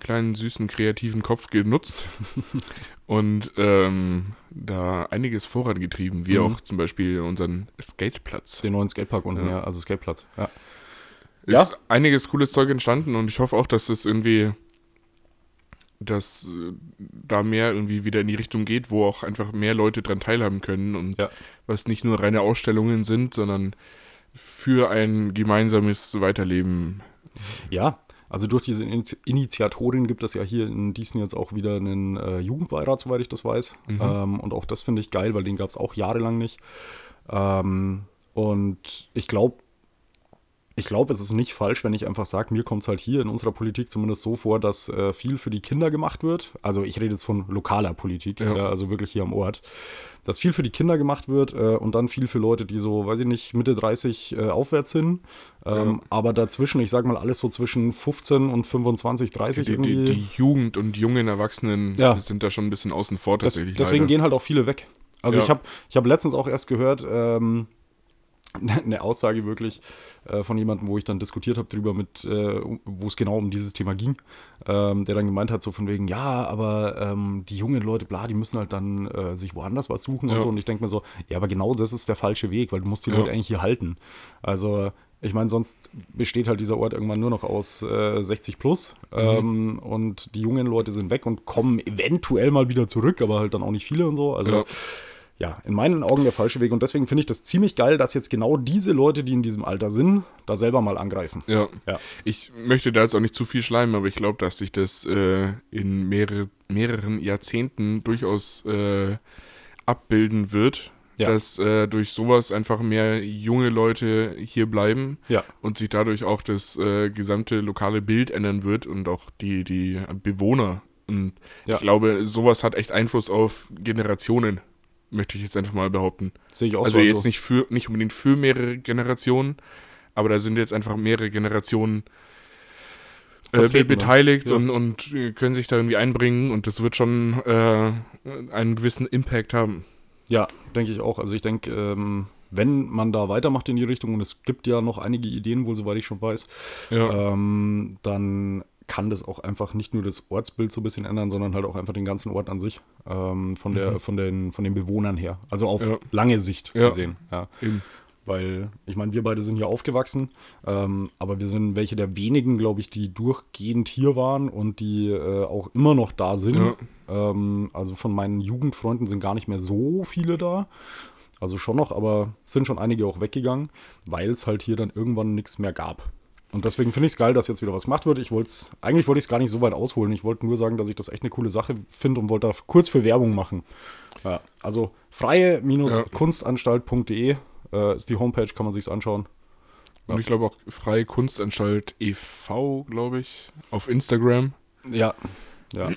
Speaker 2: kleinen, süßen, kreativen Kopf genutzt und ähm, da einiges vorangetrieben, wie
Speaker 1: Mhm.
Speaker 2: auch zum Beispiel unseren Skateplatz.
Speaker 1: Den neuen Skatepark unten, ja,
Speaker 2: Ja.
Speaker 1: also Skateplatz. Ja. Ja.
Speaker 2: Ist einiges cooles Zeug entstanden und ich hoffe auch, dass es irgendwie, dass äh, da mehr irgendwie wieder in die Richtung geht, wo auch einfach mehr Leute dran teilhaben können und
Speaker 1: Ja.
Speaker 2: was nicht nur reine Ausstellungen sind, sondern für ein gemeinsames Weiterleben
Speaker 1: ja. Also durch diese Initi- Initiatorin gibt es ja hier in Diesen jetzt auch wieder einen äh, Jugendbeirat, soweit ich das weiß. Ähm, und auch das finde ich geil, weil den gab es auch jahrelang nicht. Ähm, und ich glaube, ich glaube, es ist nicht falsch, wenn ich einfach sage, mir kommt es halt hier in unserer Politik zumindest so vor, dass äh, viel für die Kinder gemacht wird. Also ich rede jetzt von lokaler Politik,
Speaker 2: Ja.
Speaker 1: ja. also wirklich hier am Ort. Dass viel für die Kinder gemacht wird äh, und dann viel für Leute, die so, weiß ich nicht, Mitte 30 äh, aufwärts sind. Ähm, Aber dazwischen, ich sag mal, alles so zwischen 15 und 25, 30
Speaker 2: Die,
Speaker 1: irgendwie.
Speaker 2: die, die Jugend und jungen Erwachsenen
Speaker 1: Ja.
Speaker 2: sind da schon ein bisschen außen vor
Speaker 1: Des,
Speaker 2: tatsächlich.
Speaker 1: deswegen
Speaker 2: leider.
Speaker 1: gehen halt auch viele weg. Also
Speaker 2: Ja.
Speaker 1: ich habe ich hab letztens auch erst gehört, ähm, eine Aussage wirklich äh, von jemandem, wo ich dann diskutiert habe drüber, mit, äh, wo es genau um dieses Thema ging, ähm, der dann gemeint hat, so von wegen, ja, aber ähm, die jungen Leute, bla, die müssen halt dann äh, sich woanders was suchen
Speaker 2: Ja.
Speaker 1: und so. Und ich denke mir so, ja, aber genau das ist der falsche Weg, weil du musst die
Speaker 2: Ja.
Speaker 1: Leute eigentlich hier halten. Also ich meine, sonst besteht halt dieser Ort irgendwann nur noch aus äh, 60 plus
Speaker 2: Mhm.
Speaker 1: ähm, und die jungen Leute sind weg und kommen eventuell mal wieder zurück, aber halt dann auch nicht viele und so. Also
Speaker 2: Ja.
Speaker 1: ja, in meinen Augen der falsche Weg und deswegen finde ich das ziemlich geil, dass jetzt genau diese Leute, die in diesem Alter sind, da selber mal angreifen.
Speaker 2: Ja.
Speaker 1: Ja.
Speaker 2: Ich möchte da jetzt auch nicht zu viel schleimen, aber ich glaube, dass sich das äh, in mehrere, mehreren Jahrzehnten durchaus äh, abbilden wird.
Speaker 1: Ja.
Speaker 2: Dass äh, durch sowas einfach mehr junge Leute hier bleiben
Speaker 1: Ja.
Speaker 2: und sich dadurch auch das äh, gesamte lokale Bild ändern wird und auch die, die Bewohner. Und
Speaker 1: Ja.
Speaker 2: ich glaube, sowas hat echt Einfluss auf Generationen, möchte ich jetzt einfach mal behaupten.
Speaker 1: Sehe ich auch
Speaker 2: Also
Speaker 1: so.
Speaker 2: jetzt nicht für nicht unbedingt für mehrere Generationen, aber da sind jetzt einfach mehrere Generationen äh, be-
Speaker 1: Vertreten, ne?
Speaker 2: beteiligt
Speaker 1: Ja.
Speaker 2: und, und äh, können sich da irgendwie einbringen und das wird schon äh, einen gewissen Impact haben.
Speaker 1: Ja, denke ich auch. Also ich denke, ähm, wenn man da weitermacht in die Richtung, und es gibt ja noch einige Ideen wohl, soweit ich schon weiß,
Speaker 2: Ja.
Speaker 1: ähm, dann kann das auch einfach nicht nur das Ortsbild so ein bisschen ändern, sondern halt auch einfach den ganzen Ort an sich, ähm, von, der, von, den, von den Bewohnern her. Also auf
Speaker 2: Mhm. Ja.
Speaker 1: lange Sicht
Speaker 2: Ja.
Speaker 1: gesehen. Ja.
Speaker 2: Eben.
Speaker 1: Weil, ich meine, wir beide sind hier aufgewachsen, ähm, aber wir sind welche der wenigen, glaube ich, die durchgehend hier waren und die äh, auch immer noch da sind.
Speaker 2: Ja.
Speaker 1: Ähm, also von meinen Jugendfreunden sind gar nicht mehr so viele da. Also schon noch, aber sind schon einige auch weggegangen, weil es halt hier dann irgendwann nichts mehr gab. Und deswegen finde ich es geil, dass jetzt wieder was gemacht wird. Ich wollte es, eigentlich wollte ich es gar nicht so weit ausholen. Ich wollte nur sagen, dass ich das echt eine coole Sache finde und wollte da kurz für Werbung machen. Ja, also
Speaker 2: Ja.
Speaker 1: freie-kunstanstalt.de äh, ist die Homepage, kann man sich's anschauen.
Speaker 2: Und ich glaube auch Freie Kunstanstalt e.V., glaube ich, auf Instagram.
Speaker 1: Ja. ja.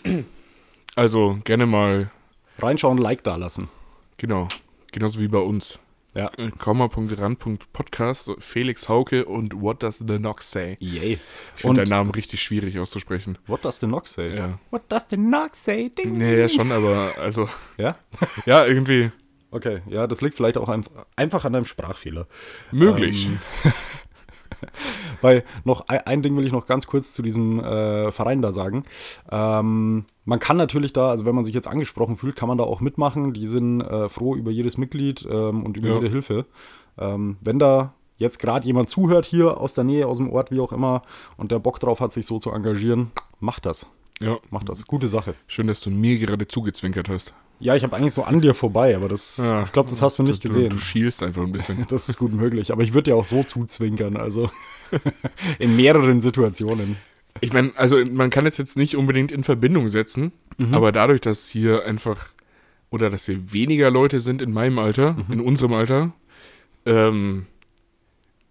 Speaker 2: Also gerne mal,
Speaker 1: Reinschauen, Like da lassen.
Speaker 2: genau, genauso wie bei uns.
Speaker 1: Ja.
Speaker 2: Äh, Komma.ran.podcast, Felix Hauke und What Does the Knock Say?
Speaker 1: Yay.
Speaker 2: Ich
Speaker 1: Und
Speaker 2: finde deinen Namen richtig schwierig auszusprechen.
Speaker 1: what does the Knox say?
Speaker 2: Ja.
Speaker 1: What does the Knox say? Ding.
Speaker 2: Nee, ja, schon, aber also,
Speaker 1: Ja?
Speaker 2: ja, irgendwie
Speaker 1: Okay, ja, das liegt vielleicht auch einf- einfach an deinem Sprachfehler.
Speaker 2: möglich.
Speaker 1: Ähm, Weil noch ein, ein Ding will ich noch ganz kurz zu diesem äh, Verein da sagen. Ähm, man kann natürlich da, also wenn man sich jetzt angesprochen fühlt, kann man da auch mitmachen. Die sind äh, froh über jedes Mitglied ähm, und über
Speaker 2: Ja.
Speaker 1: jede Hilfe. Ähm, wenn da jetzt gerade jemand zuhört hier aus der Nähe, aus dem Ort, wie auch immer, und der Bock drauf hat, sich so zu engagieren, macht das.
Speaker 2: ja,
Speaker 1: Macht das. Gute Sache.
Speaker 2: schön, dass du mir gerade zugezwinkert hast.
Speaker 1: Ja, ich habe eigentlich so an dir vorbei, aber das,
Speaker 2: Ja.
Speaker 1: ich glaube, das hast du nicht
Speaker 2: du, Du
Speaker 1: gesehen.
Speaker 2: schielst einfach ein bisschen.
Speaker 1: Das ist gut möglich, aber ich würde dir auch so zuzwinkern, also in mehreren Situationen.
Speaker 2: Ich meine, also man kann es jetzt nicht unbedingt in Verbindung setzen,
Speaker 1: Mhm.
Speaker 2: aber dadurch, dass hier einfach oder dass hier weniger Leute sind in meinem Alter,
Speaker 1: Mhm.
Speaker 2: in unserem Alter, ähm,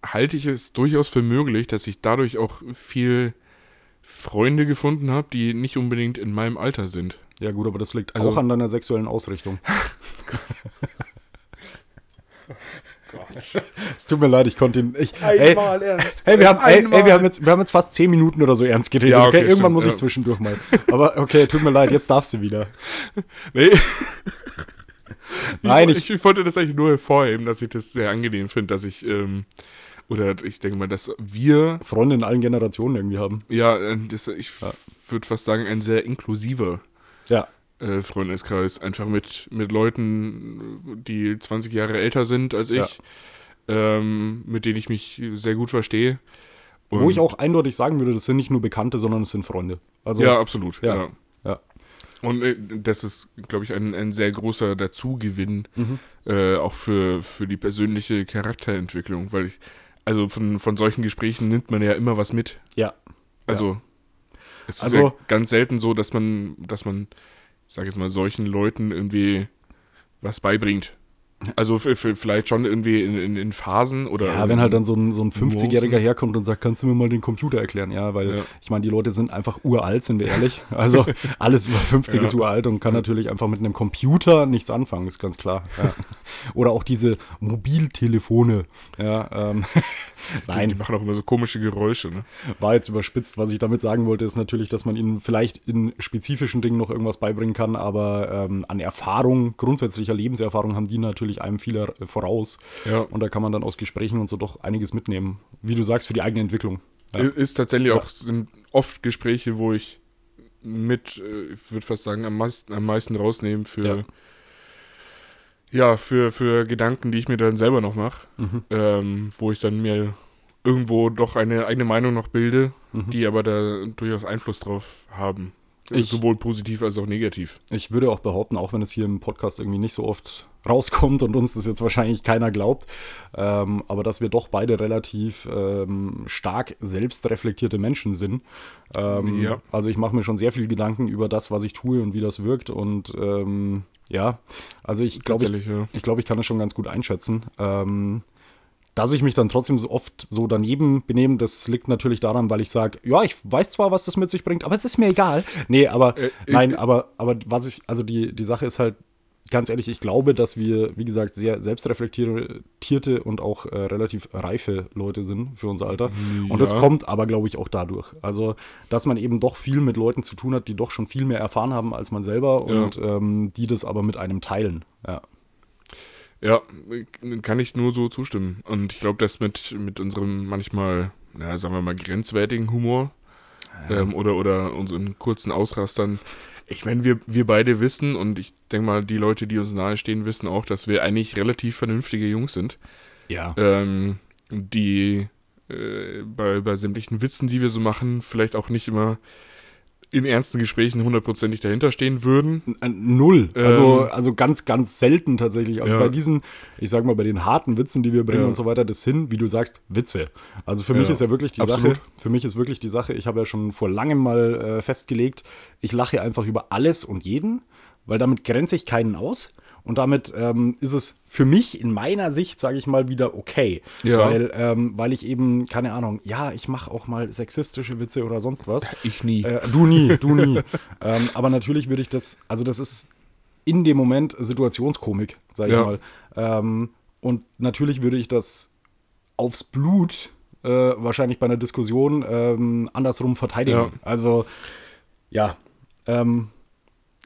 Speaker 2: halte ich es durchaus für möglich, dass ich dadurch auch viel Freunde gefunden habe, die nicht unbedingt in meinem Alter sind.
Speaker 1: Ja, gut, aber das liegt
Speaker 2: Also-
Speaker 1: auch an deiner sexuellen Ausrichtung. Es tut mir leid, ich konnte ihn. Ich, ey,
Speaker 2: ernst.
Speaker 1: hey, wir haben, ey, ey, wir haben jetzt, wir haben jetzt fast 10 Minuten oder so ernst geredet.
Speaker 2: Ja,
Speaker 1: okay,
Speaker 2: okay,
Speaker 1: irgendwann
Speaker 2: stimmt,
Speaker 1: muss ich
Speaker 2: ja.
Speaker 1: zwischendurch mal. Aber okay, tut mir leid, jetzt darfst du wieder.
Speaker 2: Nee.
Speaker 1: Nein,
Speaker 2: ich, ich wollte das eigentlich nur hervorheben, dass ich das sehr angenehm finde, dass ich, ähm, oder ich denke mal, dass wir,
Speaker 1: Freunde in allen Generationen irgendwie haben.
Speaker 2: ja, äh, das, ich würde fast sagen, ein sehr inklusiver
Speaker 1: Ja,
Speaker 2: äh, Freundeskreis. Einfach mit, mit Leuten, die 20 Jahre älter sind als ich,
Speaker 1: Ja.
Speaker 2: ähm, mit denen ich mich sehr gut verstehe.
Speaker 1: wo ich auch eindeutig sagen würde, das sind nicht nur Bekannte, sondern es sind Freunde. Also,
Speaker 2: Ja, absolut.
Speaker 1: Ja.
Speaker 2: ja.
Speaker 1: ja.
Speaker 2: Und äh, das ist, glaube ich, ein, ein sehr großer Dazugewinn,
Speaker 1: Mhm.
Speaker 2: äh, auch für, für die persönliche Charakterentwicklung, weil ich, also von, von solchen Gesprächen nimmt man ja immer was mit.
Speaker 1: ja.
Speaker 2: Also, es ist
Speaker 1: Also-
Speaker 2: ja ganz selten so, dass man, dass man, ich sag jetzt mal, solchen Leuten irgendwie was beibringt. Also für, für vielleicht schon irgendwie in, in, in Phasen oder.
Speaker 1: Ja, wenn halt dann so ein, so ein 50-Jähriger
Speaker 2: Nuancen.
Speaker 1: herkommt und sagt, kannst du mir mal den Computer erklären? Ja, weil
Speaker 2: Ja.
Speaker 1: ich meine, die Leute sind einfach uralt, sind wir ehrlich. Also alles über 50
Speaker 2: Ja.
Speaker 1: ist uralt und kann natürlich einfach mit einem Computer nichts anfangen, ist ganz klar. Ja. Oder auch diese Mobiltelefone. Ja, ähm,
Speaker 2: Die, die machen auch immer so komische Geräusche, ne?
Speaker 1: War jetzt überspitzt. Was ich damit sagen wollte, ist natürlich, dass man ihnen vielleicht in spezifischen Dingen noch irgendwas beibringen kann, aber ähm, an Erfahrung, grundsätzlicher Lebenserfahrung haben die natürlich einem vieler äh, voraus.
Speaker 2: Ja.
Speaker 1: Und da kann man dann aus Gesprächen und so doch einiges mitnehmen. Wie du sagst, für die eigene Entwicklung. Ja.
Speaker 2: Ist tatsächlich auch sind oft Gespräche, wo ich mit, äh, ich würde fast sagen, am meisten, am meisten rausnehmen für, ja, für, für Gedanken, die ich mir dann selber noch mache,
Speaker 1: Mhm.
Speaker 2: ähm, wo ich dann mir irgendwo doch eine eigene Meinung noch bilde,
Speaker 1: Mhm.
Speaker 2: die aber da durchaus Einfluss drauf haben.
Speaker 1: Ich-
Speaker 2: Sowohl positiv als auch negativ.
Speaker 1: Ich würde auch behaupten, auch wenn es hier im Podcast irgendwie nicht so oft rauskommt und uns das jetzt wahrscheinlich keiner glaubt, ähm, aber dass wir doch beide relativ ähm, stark selbstreflektierte Menschen sind. Ähm,
Speaker 2: Ja.
Speaker 1: Also ich mache mir schon sehr viel Gedanken über das, was ich tue und wie das wirkt und ähm, ja, also ich glaube, ich,
Speaker 2: Tatsächlich, ja.
Speaker 1: ich glaube, ich kann das schon ganz gut einschätzen. Ähm, dass ich mich dann trotzdem so oft so daneben benehme, das liegt natürlich daran, weil ich sage, ja, ich weiß zwar, was das mit sich bringt, aber es ist mir egal. Nee, aber
Speaker 2: Äh, ich-
Speaker 1: nein, aber, aber was ich, also die, die Sache ist halt, ganz ehrlich, ich glaube, dass wir, wie gesagt, sehr selbstreflektierte und auch äh, relativ reife Leute sind für unser Alter. Und das
Speaker 2: Ja.
Speaker 1: kommt aber, glaube ich, auch dadurch. Also, dass man eben doch viel mit Leuten zu tun hat, die doch schon viel mehr erfahren haben als man selber
Speaker 2: Ja.
Speaker 1: und ähm, die das aber mit einem teilen. Ja.
Speaker 2: Ja, äh, kann ich nur so zustimmen. Und ich glaube, das mit, mit unserem manchmal, ja, sagen wir mal, grenzwertigen Humor ähm, oder, oder unseren kurzen Ausrastern. Ich meine, wir, wir beide wissen und ich denke mal, die Leute, die uns nahestehen, wissen auch, dass wir eigentlich relativ vernünftige Jungs sind,
Speaker 1: Ja.
Speaker 2: ähm, die äh, bei, bei sämtlichen Witzen, die wir so machen, vielleicht auch nicht immer in ernsten Gesprächen hundertprozentig dahinterstehen würden.
Speaker 1: Äh, Null. Also,
Speaker 2: Ähm.
Speaker 1: also ganz, ganz selten tatsächlich. Also
Speaker 2: Ja.
Speaker 1: bei diesen, ich sag mal, bei den harten Witzen, die wir bringen
Speaker 2: Ja.
Speaker 1: und so weiter, das sind, wie du sagst, Witze. Also für mich
Speaker 2: Ja.
Speaker 1: ist ja wirklich die
Speaker 2: Absolut.
Speaker 1: Sache, für mich ist wirklich die Sache, ich habe ja schon vor langem mal äh, festgelegt, ich lache einfach über alles und jeden, weil damit grenze ich keinen aus. Und damit ähm, ist es für mich in meiner Sicht, sage ich mal, wieder okay.
Speaker 2: Ja.
Speaker 1: Weil, ähm, weil ich eben, keine Ahnung, ja, ich mache auch mal sexistische Witze oder sonst was.
Speaker 2: Ich nie.
Speaker 1: Äh, du nie, du nie. ähm, aber natürlich würde ich das, also das ist in dem Moment Situationskomik, sag ich
Speaker 2: Ja.
Speaker 1: mal. Ähm, und natürlich würde ich das aufs Blut äh, wahrscheinlich bei einer Diskussion ähm, andersrum verteidigen.
Speaker 2: Ja.
Speaker 1: Also, ja. Ähm,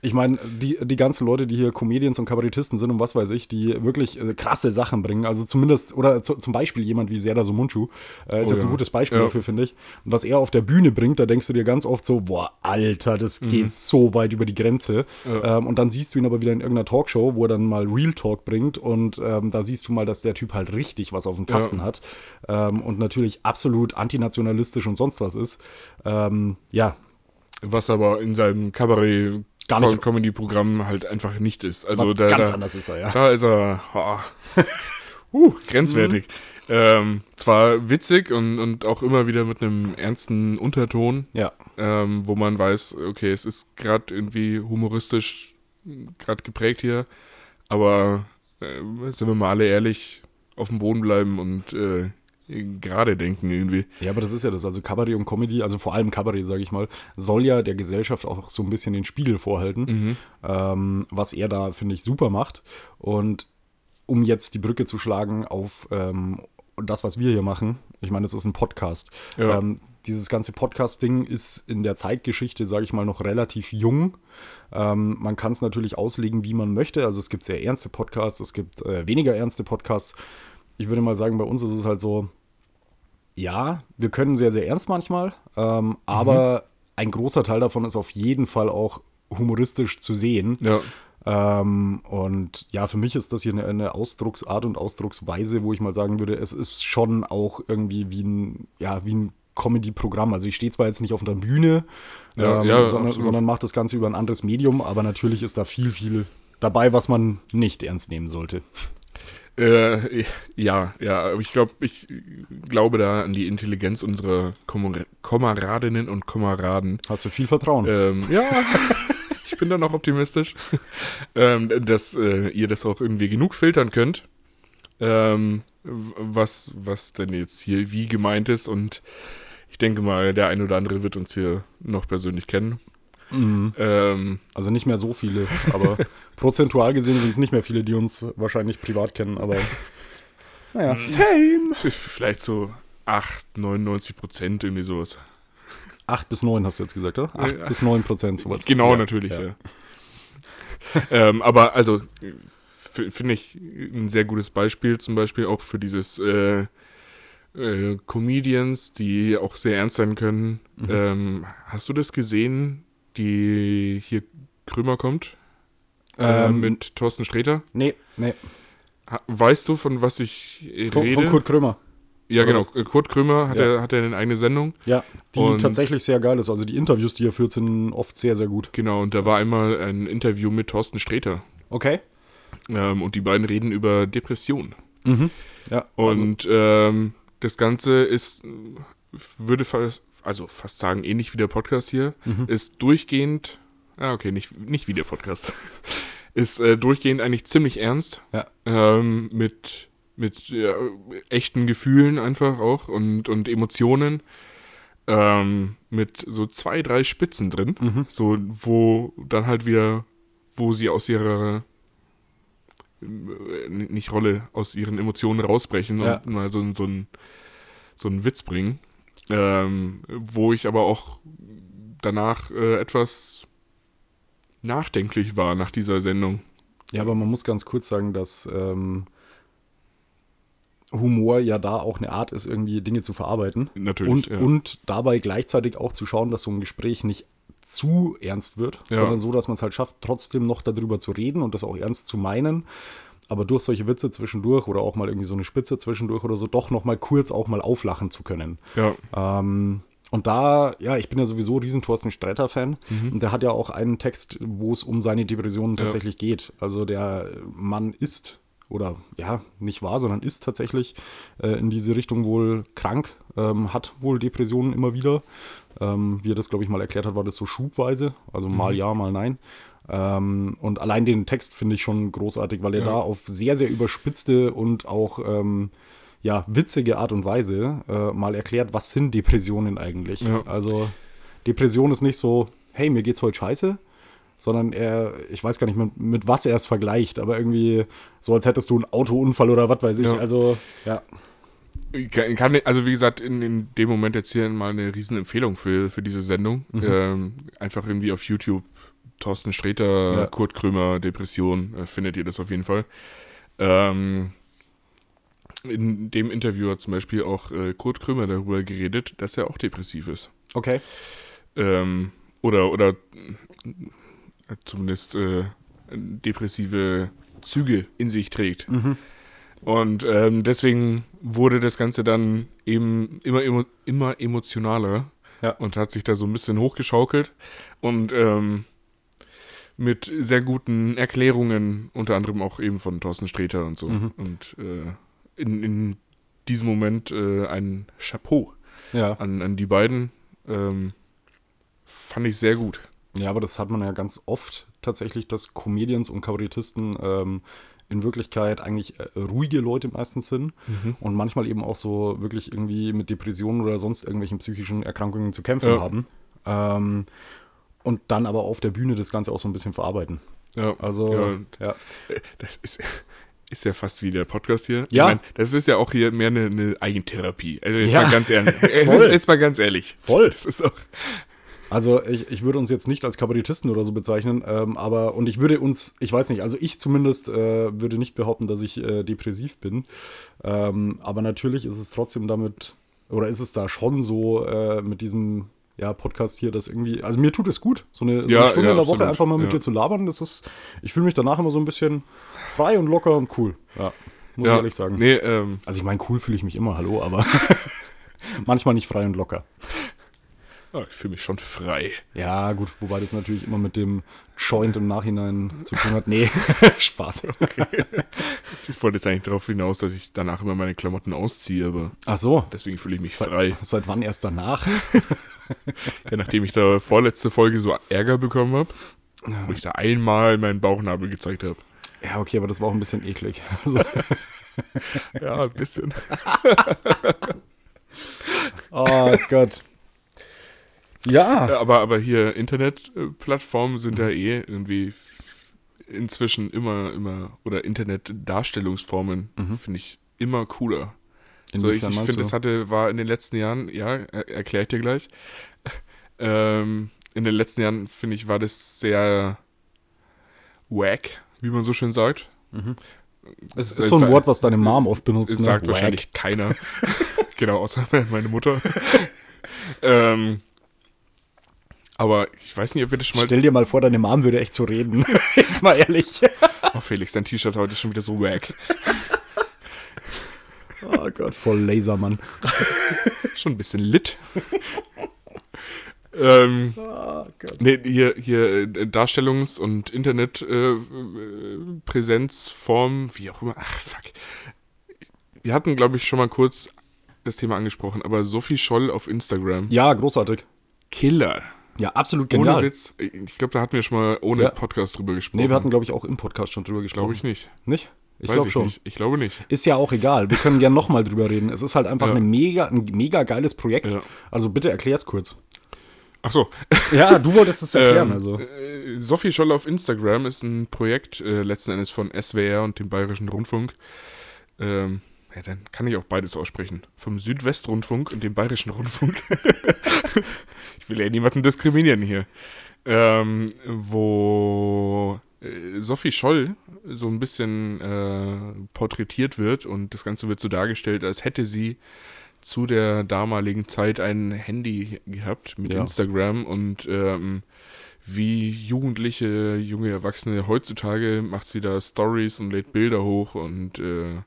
Speaker 1: ich meine, die, die ganzen Leute, die hier Comedians und Kabarettisten sind und was weiß ich, die wirklich äh, krasse Sachen bringen. Also zumindest, oder zu, zum Beispiel jemand wie Serda Sumunchu, äh, ist
Speaker 2: Oh
Speaker 1: jetzt ein
Speaker 2: ja.
Speaker 1: gutes Beispiel
Speaker 2: Ja.
Speaker 1: dafür, finde ich. Und was er auf der Bühne bringt, da denkst du dir ganz oft so, boah, Alter, das geht so weit über die Grenze.
Speaker 2: Mhm. Ja.
Speaker 1: Ähm, und dann siehst du ihn aber wieder in irgendeiner Talkshow, wo er dann mal Real Talk bringt und ähm, da siehst du mal, dass der Typ halt richtig was auf dem Kasten
Speaker 2: Ja.
Speaker 1: hat ähm, und natürlich absolut antinationalistisch und sonst was ist. Ähm, ja,
Speaker 2: Was aber in seinem Kabarett
Speaker 1: Gar nicht-
Speaker 2: Comedy Programm halt einfach nicht ist. Also
Speaker 1: was
Speaker 2: da,
Speaker 1: ganz
Speaker 2: da,
Speaker 1: anders ist da, ja.
Speaker 2: da ist er oh, uh,
Speaker 1: Mhm.
Speaker 2: grenzwertig. Ähm, zwar witzig und, und auch immer wieder mit einem ernsten Unterton,
Speaker 1: Ja,
Speaker 2: ähm, wo man weiß, okay, es ist gerade irgendwie humoristisch gerade geprägt hier, aber äh, sind wir mal alle ehrlich, auf dem Boden bleiben und äh, gerade denken irgendwie.
Speaker 1: Ja, aber das ist ja das. Also Kabarett und Comedy, also vor allem Kabarett, sage ich mal, soll ja der Gesellschaft auch so ein bisschen den Spiegel vorhalten, ähm, was er da, finde ich, super macht. Und um jetzt die Brücke zu schlagen auf ähm, das, was wir hier machen, ich meine, das ist ein Podcast.
Speaker 2: Ja.
Speaker 1: Ähm, dieses ganze Podcast-Ding ist in der Zeitgeschichte, sage ich mal, noch relativ jung. Ähm, man kann es natürlich auslegen, wie man möchte. Also es gibt sehr ernste Podcasts, es gibt äh, weniger ernste Podcasts. Ich würde mal sagen, bei uns ist es halt so, ja, wir können sehr, sehr ernst manchmal, ähm, aber ein großer Teil davon ist auf jeden Fall auch humoristisch zu sehen.
Speaker 2: Ja.
Speaker 1: Ähm, und ja, für mich ist das hier eine, eine Ausdrucksart und Ausdrucksweise, wo ich mal sagen würde, es ist schon auch irgendwie wie ein, ja, wie ein Comedy-Programm. Also ich stehe zwar jetzt nicht auf einer Bühne,
Speaker 2: Ja,
Speaker 1: ähm,
Speaker 2: ja,
Speaker 1: sondern,
Speaker 2: absolut.
Speaker 1: sondern mache das Ganze über ein anderes Medium, aber natürlich ist da viel, viel dabei, was man nicht ernst nehmen sollte.
Speaker 2: Äh, ja, ja, aber ich glaube, ich glaube da an die Intelligenz unserer Komor- Kameradinnen und Kameraden.
Speaker 1: Hast du viel Vertrauen?
Speaker 2: Ähm, ja, ich bin da noch optimistisch, ähm, dass äh, ihr das auch irgendwie genug filtern könnt, ähm, w- was, was denn jetzt hier wie gemeint ist. Und ich denke mal, der ein oder andere wird uns hier noch persönlich kennen.
Speaker 1: Mhm.
Speaker 2: Ähm,
Speaker 1: Also nicht mehr so viele, aber prozentual gesehen sind es nicht mehr viele, die uns wahrscheinlich privat kennen, aber naja. Fame!
Speaker 2: v- vielleicht so 8, 99 Prozent irgendwie sowas.
Speaker 1: Acht bis neun hast du jetzt gesagt, oder? Acht
Speaker 2: Ja.
Speaker 1: bis neun Prozent sowas.
Speaker 2: Genau,
Speaker 1: Ja,
Speaker 2: natürlich,
Speaker 1: ja.
Speaker 2: ja. ähm, aber also f- finde ich ein sehr gutes Beispiel, zum Beispiel auch für dieses äh, äh, Comedians, die auch sehr ernst sein können.
Speaker 1: Mhm.
Speaker 2: Ähm, hast du das gesehen, die hier Krümer kommt? Äh,
Speaker 1: Ähm,
Speaker 2: mit Thorsten Sträter?
Speaker 1: Nee, nee.
Speaker 2: Ha weißt du, von was ich äh,
Speaker 1: Von,
Speaker 2: rede?
Speaker 1: von Kurt Krömer.
Speaker 2: ja,
Speaker 1: oder
Speaker 2: genau. Kurt Krümer hat,
Speaker 1: Ja.
Speaker 2: er, hat er eine eigene Sendung.
Speaker 1: Ja, die
Speaker 2: Und-
Speaker 1: tatsächlich sehr geil ist. Also die Interviews, die er führt, sind oft sehr, sehr gut.
Speaker 2: Genau, und da war einmal ein Interview mit Thorsten Sträter.
Speaker 1: Okay.
Speaker 2: Ähm, und die beiden reden über Depression.
Speaker 1: Mhm. Ja. also,
Speaker 2: Und ähm, das Ganze ist, würde fast, also fast sagen, ähnlich wie der Podcast hier,
Speaker 1: Mhm.
Speaker 2: ist durchgehend, ah, okay, nicht, nicht wie der Podcast, ist äh, durchgehend eigentlich ziemlich ernst.
Speaker 1: Ja.
Speaker 2: Ähm, mit mit ja, echten Gefühlen einfach auch und, und Emotionen. Ähm, mit so zwei, drei Spitzen drin.
Speaker 1: Mhm.
Speaker 2: So, wo dann halt wieder, wo sie aus ihrer äh, nicht Rolle, aus ihren Emotionen rausbrechen
Speaker 1: Ja.
Speaker 2: und mal so, ein- so, ein, so einen Witz bringen. Ähm, wo ich aber auch danach äh, etwas nachdenklich war nach dieser Sendung.
Speaker 1: Ja, aber man muss ganz kurz sagen, dass ähm, Humor ja da auch eine Art ist, irgendwie Dinge zu verarbeiten.
Speaker 2: Natürlich.
Speaker 1: Und,
Speaker 2: ja.
Speaker 1: und dabei gleichzeitig auch zu schauen, dass so ein Gespräch nicht zu ernst wird,
Speaker 2: Ja.
Speaker 1: sondern so, dass man es halt schafft, trotzdem noch darüber zu reden und das auch ernst zu meinen. Aber durch solche Witze zwischendurch oder auch mal irgendwie so eine Spitze zwischendurch oder so, doch nochmal kurz auch mal auflachen zu können.
Speaker 2: ja.
Speaker 1: Ähm, und da, ja, ich bin ja sowieso riesen Thorsten Sträter-Fan. Und der hat ja auch einen Text, wo es um seine Depressionen tatsächlich geht. Also der Mann ist, oder ja, nicht war, sondern ist tatsächlich äh, in diese Richtung wohl krank, ähm, hat wohl Depressionen immer wieder. Ähm, wie er das, glaube ich, mal erklärt hat, war das so schubweise. Also mal ja, mal nein. Ähm, und allein den Text finde ich schon großartig, weil er da auf sehr, sehr überspitzte und auch ähm, ja, witzige Art und Weise äh, mal erklärt, was sind Depressionen eigentlich.
Speaker 2: Ja.
Speaker 1: Also Depression ist nicht so, hey, mir geht's heute scheiße, sondern er, ich weiß gar nicht, mit, mit was er es vergleicht, aber irgendwie so, als hättest du einen Autounfall oder was weiß ich.
Speaker 2: Ja.
Speaker 1: Also, ja.
Speaker 2: Ich Kann, kann, also wie gesagt, in, in dem Moment jetzt hier mal eine riesen Empfehlung für, für diese Sendung. Ähm, einfach irgendwie auf YouTube Thorsten Sträter,
Speaker 1: Ja.
Speaker 2: Kurt Krömer, Depression, äh, findet ihr das auf jeden Fall. Ähm, in dem Interview hat zum Beispiel auch äh, Kurt Krömer darüber geredet, dass er auch depressiv ist.
Speaker 1: Okay.
Speaker 2: Ähm, oder, oder äh, zumindest äh, depressive Züge in sich trägt.
Speaker 1: Mhm.
Speaker 2: Und ähm, deswegen wurde das Ganze dann eben immer, emo immer emotionaler
Speaker 1: Ja.
Speaker 2: und hat sich da so ein bisschen hochgeschaukelt und ähm, mit sehr guten Erklärungen, unter anderem auch eben von Thorsten Sträter und so.
Speaker 1: Mhm.
Speaker 2: Und äh, in, in diesem Moment äh, ein Chapeau
Speaker 1: Ja.
Speaker 2: an, an die beiden. Ähm, fand ich sehr gut.
Speaker 1: Ja, aber das hat man ja ganz oft tatsächlich, dass Comedians und Kabarettisten ähm, in Wirklichkeit eigentlich äh, ruhige Leute meistens sind und manchmal eben auch so wirklich irgendwie mit Depressionen oder sonst irgendwelchen psychischen Erkrankungen zu kämpfen
Speaker 2: Ja.
Speaker 1: haben. Ähm, und dann aber auf der Bühne das Ganze auch so ein bisschen verarbeiten.
Speaker 2: Ja,
Speaker 1: Also,
Speaker 2: ja,
Speaker 1: ja,
Speaker 2: das ist, ist ja fast wie der Podcast hier.
Speaker 1: Ja.
Speaker 2: Ich mein, das ist ja auch hier mehr eine, eine Eigentherapie. Also jetzt
Speaker 1: Ja.
Speaker 2: mal ganz ehrlich. Es ist,
Speaker 1: Voll.
Speaker 2: jetzt mal ganz ehrlich.
Speaker 1: Voll.
Speaker 2: Das ist auch.
Speaker 1: Also ich, ich würde uns jetzt nicht als Kabarettisten oder so bezeichnen, ähm, aber und ich würde uns, ich weiß nicht, also ich zumindest äh, würde nicht behaupten, dass ich äh, depressiv bin. Ähm, aber natürlich ist es trotzdem damit, oder ist es da schon so äh, mit diesem ja, Podcast hier, dass irgendwie, also mir tut es gut, so eine, so
Speaker 2: Ja,
Speaker 1: eine Stunde
Speaker 2: ja,
Speaker 1: in der Woche
Speaker 2: absolut,
Speaker 1: einfach mal mit
Speaker 2: ja.
Speaker 1: dir zu labern. Das ist, ich fühle mich danach immer so ein bisschen frei und locker und cool. Ja, muss ich ehrlich sagen.
Speaker 2: Nee, ähm,
Speaker 1: Also ich meine, cool fühle ich mich immer, hallo, aber manchmal nicht frei und locker.
Speaker 2: Ah, ich fühle mich schon frei.
Speaker 1: Ja, gut, wobei das natürlich immer mit dem Joint im Nachhinein zu tun hat. Nee, Spaß.
Speaker 2: Ich wollte jetzt eigentlich darauf hinaus, dass ich danach immer meine Klamotten ausziehe, aber
Speaker 1: Ach so.
Speaker 2: deswegen fühle ich mich frei.
Speaker 1: Seit wann erst danach?
Speaker 2: Ja, nachdem ich da vorletzte Folge so Ärger bekommen habe, wo ich da einmal meinen Bauchnabel gezeigt habe.
Speaker 1: Ja, okay, aber das war auch ein bisschen eklig. Also,
Speaker 2: Ja, ein bisschen.
Speaker 1: oh Gott. Ja.
Speaker 2: Ja, Äh, aber, aber hier Internetplattformen sind ja eh irgendwie f- inzwischen immer, immer, oder Internetdarstellungsformen finde ich immer cooler. So, ich
Speaker 1: Mhm. Inwiefern
Speaker 2: ich
Speaker 1: meinst
Speaker 2: finde,
Speaker 1: du?
Speaker 2: das hatte, war in den letzten Jahren, ja, er, erkläre ich dir gleich. Ähm, in den letzten Jahren, finde ich, war das sehr wack, wie man so schön sagt.
Speaker 1: Mhm.
Speaker 2: Äh,
Speaker 1: Es ist so ein Wort, was deine Mom oft benutzt.
Speaker 2: Das
Speaker 1: ne?
Speaker 2: sagt
Speaker 1: Wack.
Speaker 2: wahrscheinlich keiner. genau, außer meine Mutter. ähm, aber ich weiß nicht, ob wir das schon mal
Speaker 1: Stell dir mal vor, deine Mom würde echt so reden. Jetzt mal ehrlich.
Speaker 2: Oh, Felix, dein T-Shirt heute ist schon wieder so wack.
Speaker 1: Oh Gott, voll Lasermann.
Speaker 2: Schon ein bisschen lit. ähm,
Speaker 1: Oh Gott.
Speaker 2: nee, hier, hier äh, Darstellungs- und Internetpräsenzform, äh, Präsenzform, wie auch immer. Ach, fuck. Wir hatten, glaube ich, schon mal kurz das Thema angesprochen, aber Sophie Scholl auf Instagram.
Speaker 1: Ja, großartig.
Speaker 2: Killer.
Speaker 1: Ja, absolut
Speaker 2: Ohne
Speaker 1: genial.
Speaker 2: Witz. Ich glaube, da hatten wir schon mal ohne
Speaker 1: Ja.
Speaker 2: Podcast drüber gesprochen.
Speaker 1: Nee, wir hatten, glaube ich, auch im Podcast schon drüber gesprochen.
Speaker 2: Glaube ich nicht.
Speaker 1: Nicht? Ich
Speaker 2: Weiß
Speaker 1: glaube schon.
Speaker 2: Nicht. Ich glaube nicht.
Speaker 1: Ist ja auch egal. Wir können gerne nochmal drüber reden. Es ist halt einfach
Speaker 2: Ja.
Speaker 1: eine mega, ein mega geiles Projekt.
Speaker 2: Ja.
Speaker 1: Also bitte erklär's kurz.
Speaker 2: Ach so.
Speaker 1: Ja, du wolltest es erklären,
Speaker 2: Ähm,
Speaker 1: also.
Speaker 2: äh, Sophie Scholl auf Instagram ist ein Projekt äh, letzten Endes von SWR und dem Bayerischen Rundfunk. Ähm, ja, dann kann ich auch beides aussprechen. Vom Südwestrundfunk und dem Bayerischen Rundfunk. ich will ja niemanden diskriminieren hier. Ähm, wo äh, Sophie Scholl so ein bisschen äh, porträtiert wird und das Ganze wird so dargestellt, als hätte sie zu der damaligen Zeit ein Handy gehabt mit
Speaker 1: Ja.
Speaker 2: Instagram und ähm, wie Jugendliche, junge Erwachsene heutzutage macht sie da Stories und lädt Bilder hoch und äh,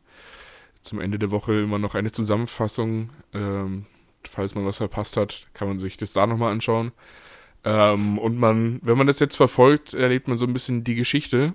Speaker 2: zum Ende der Woche immer noch eine Zusammenfassung. Ähm, falls man was verpasst hat, kann man sich das da nochmal anschauen. Ähm, und man, wenn man das jetzt verfolgt, erlebt man so ein bisschen die Geschichte,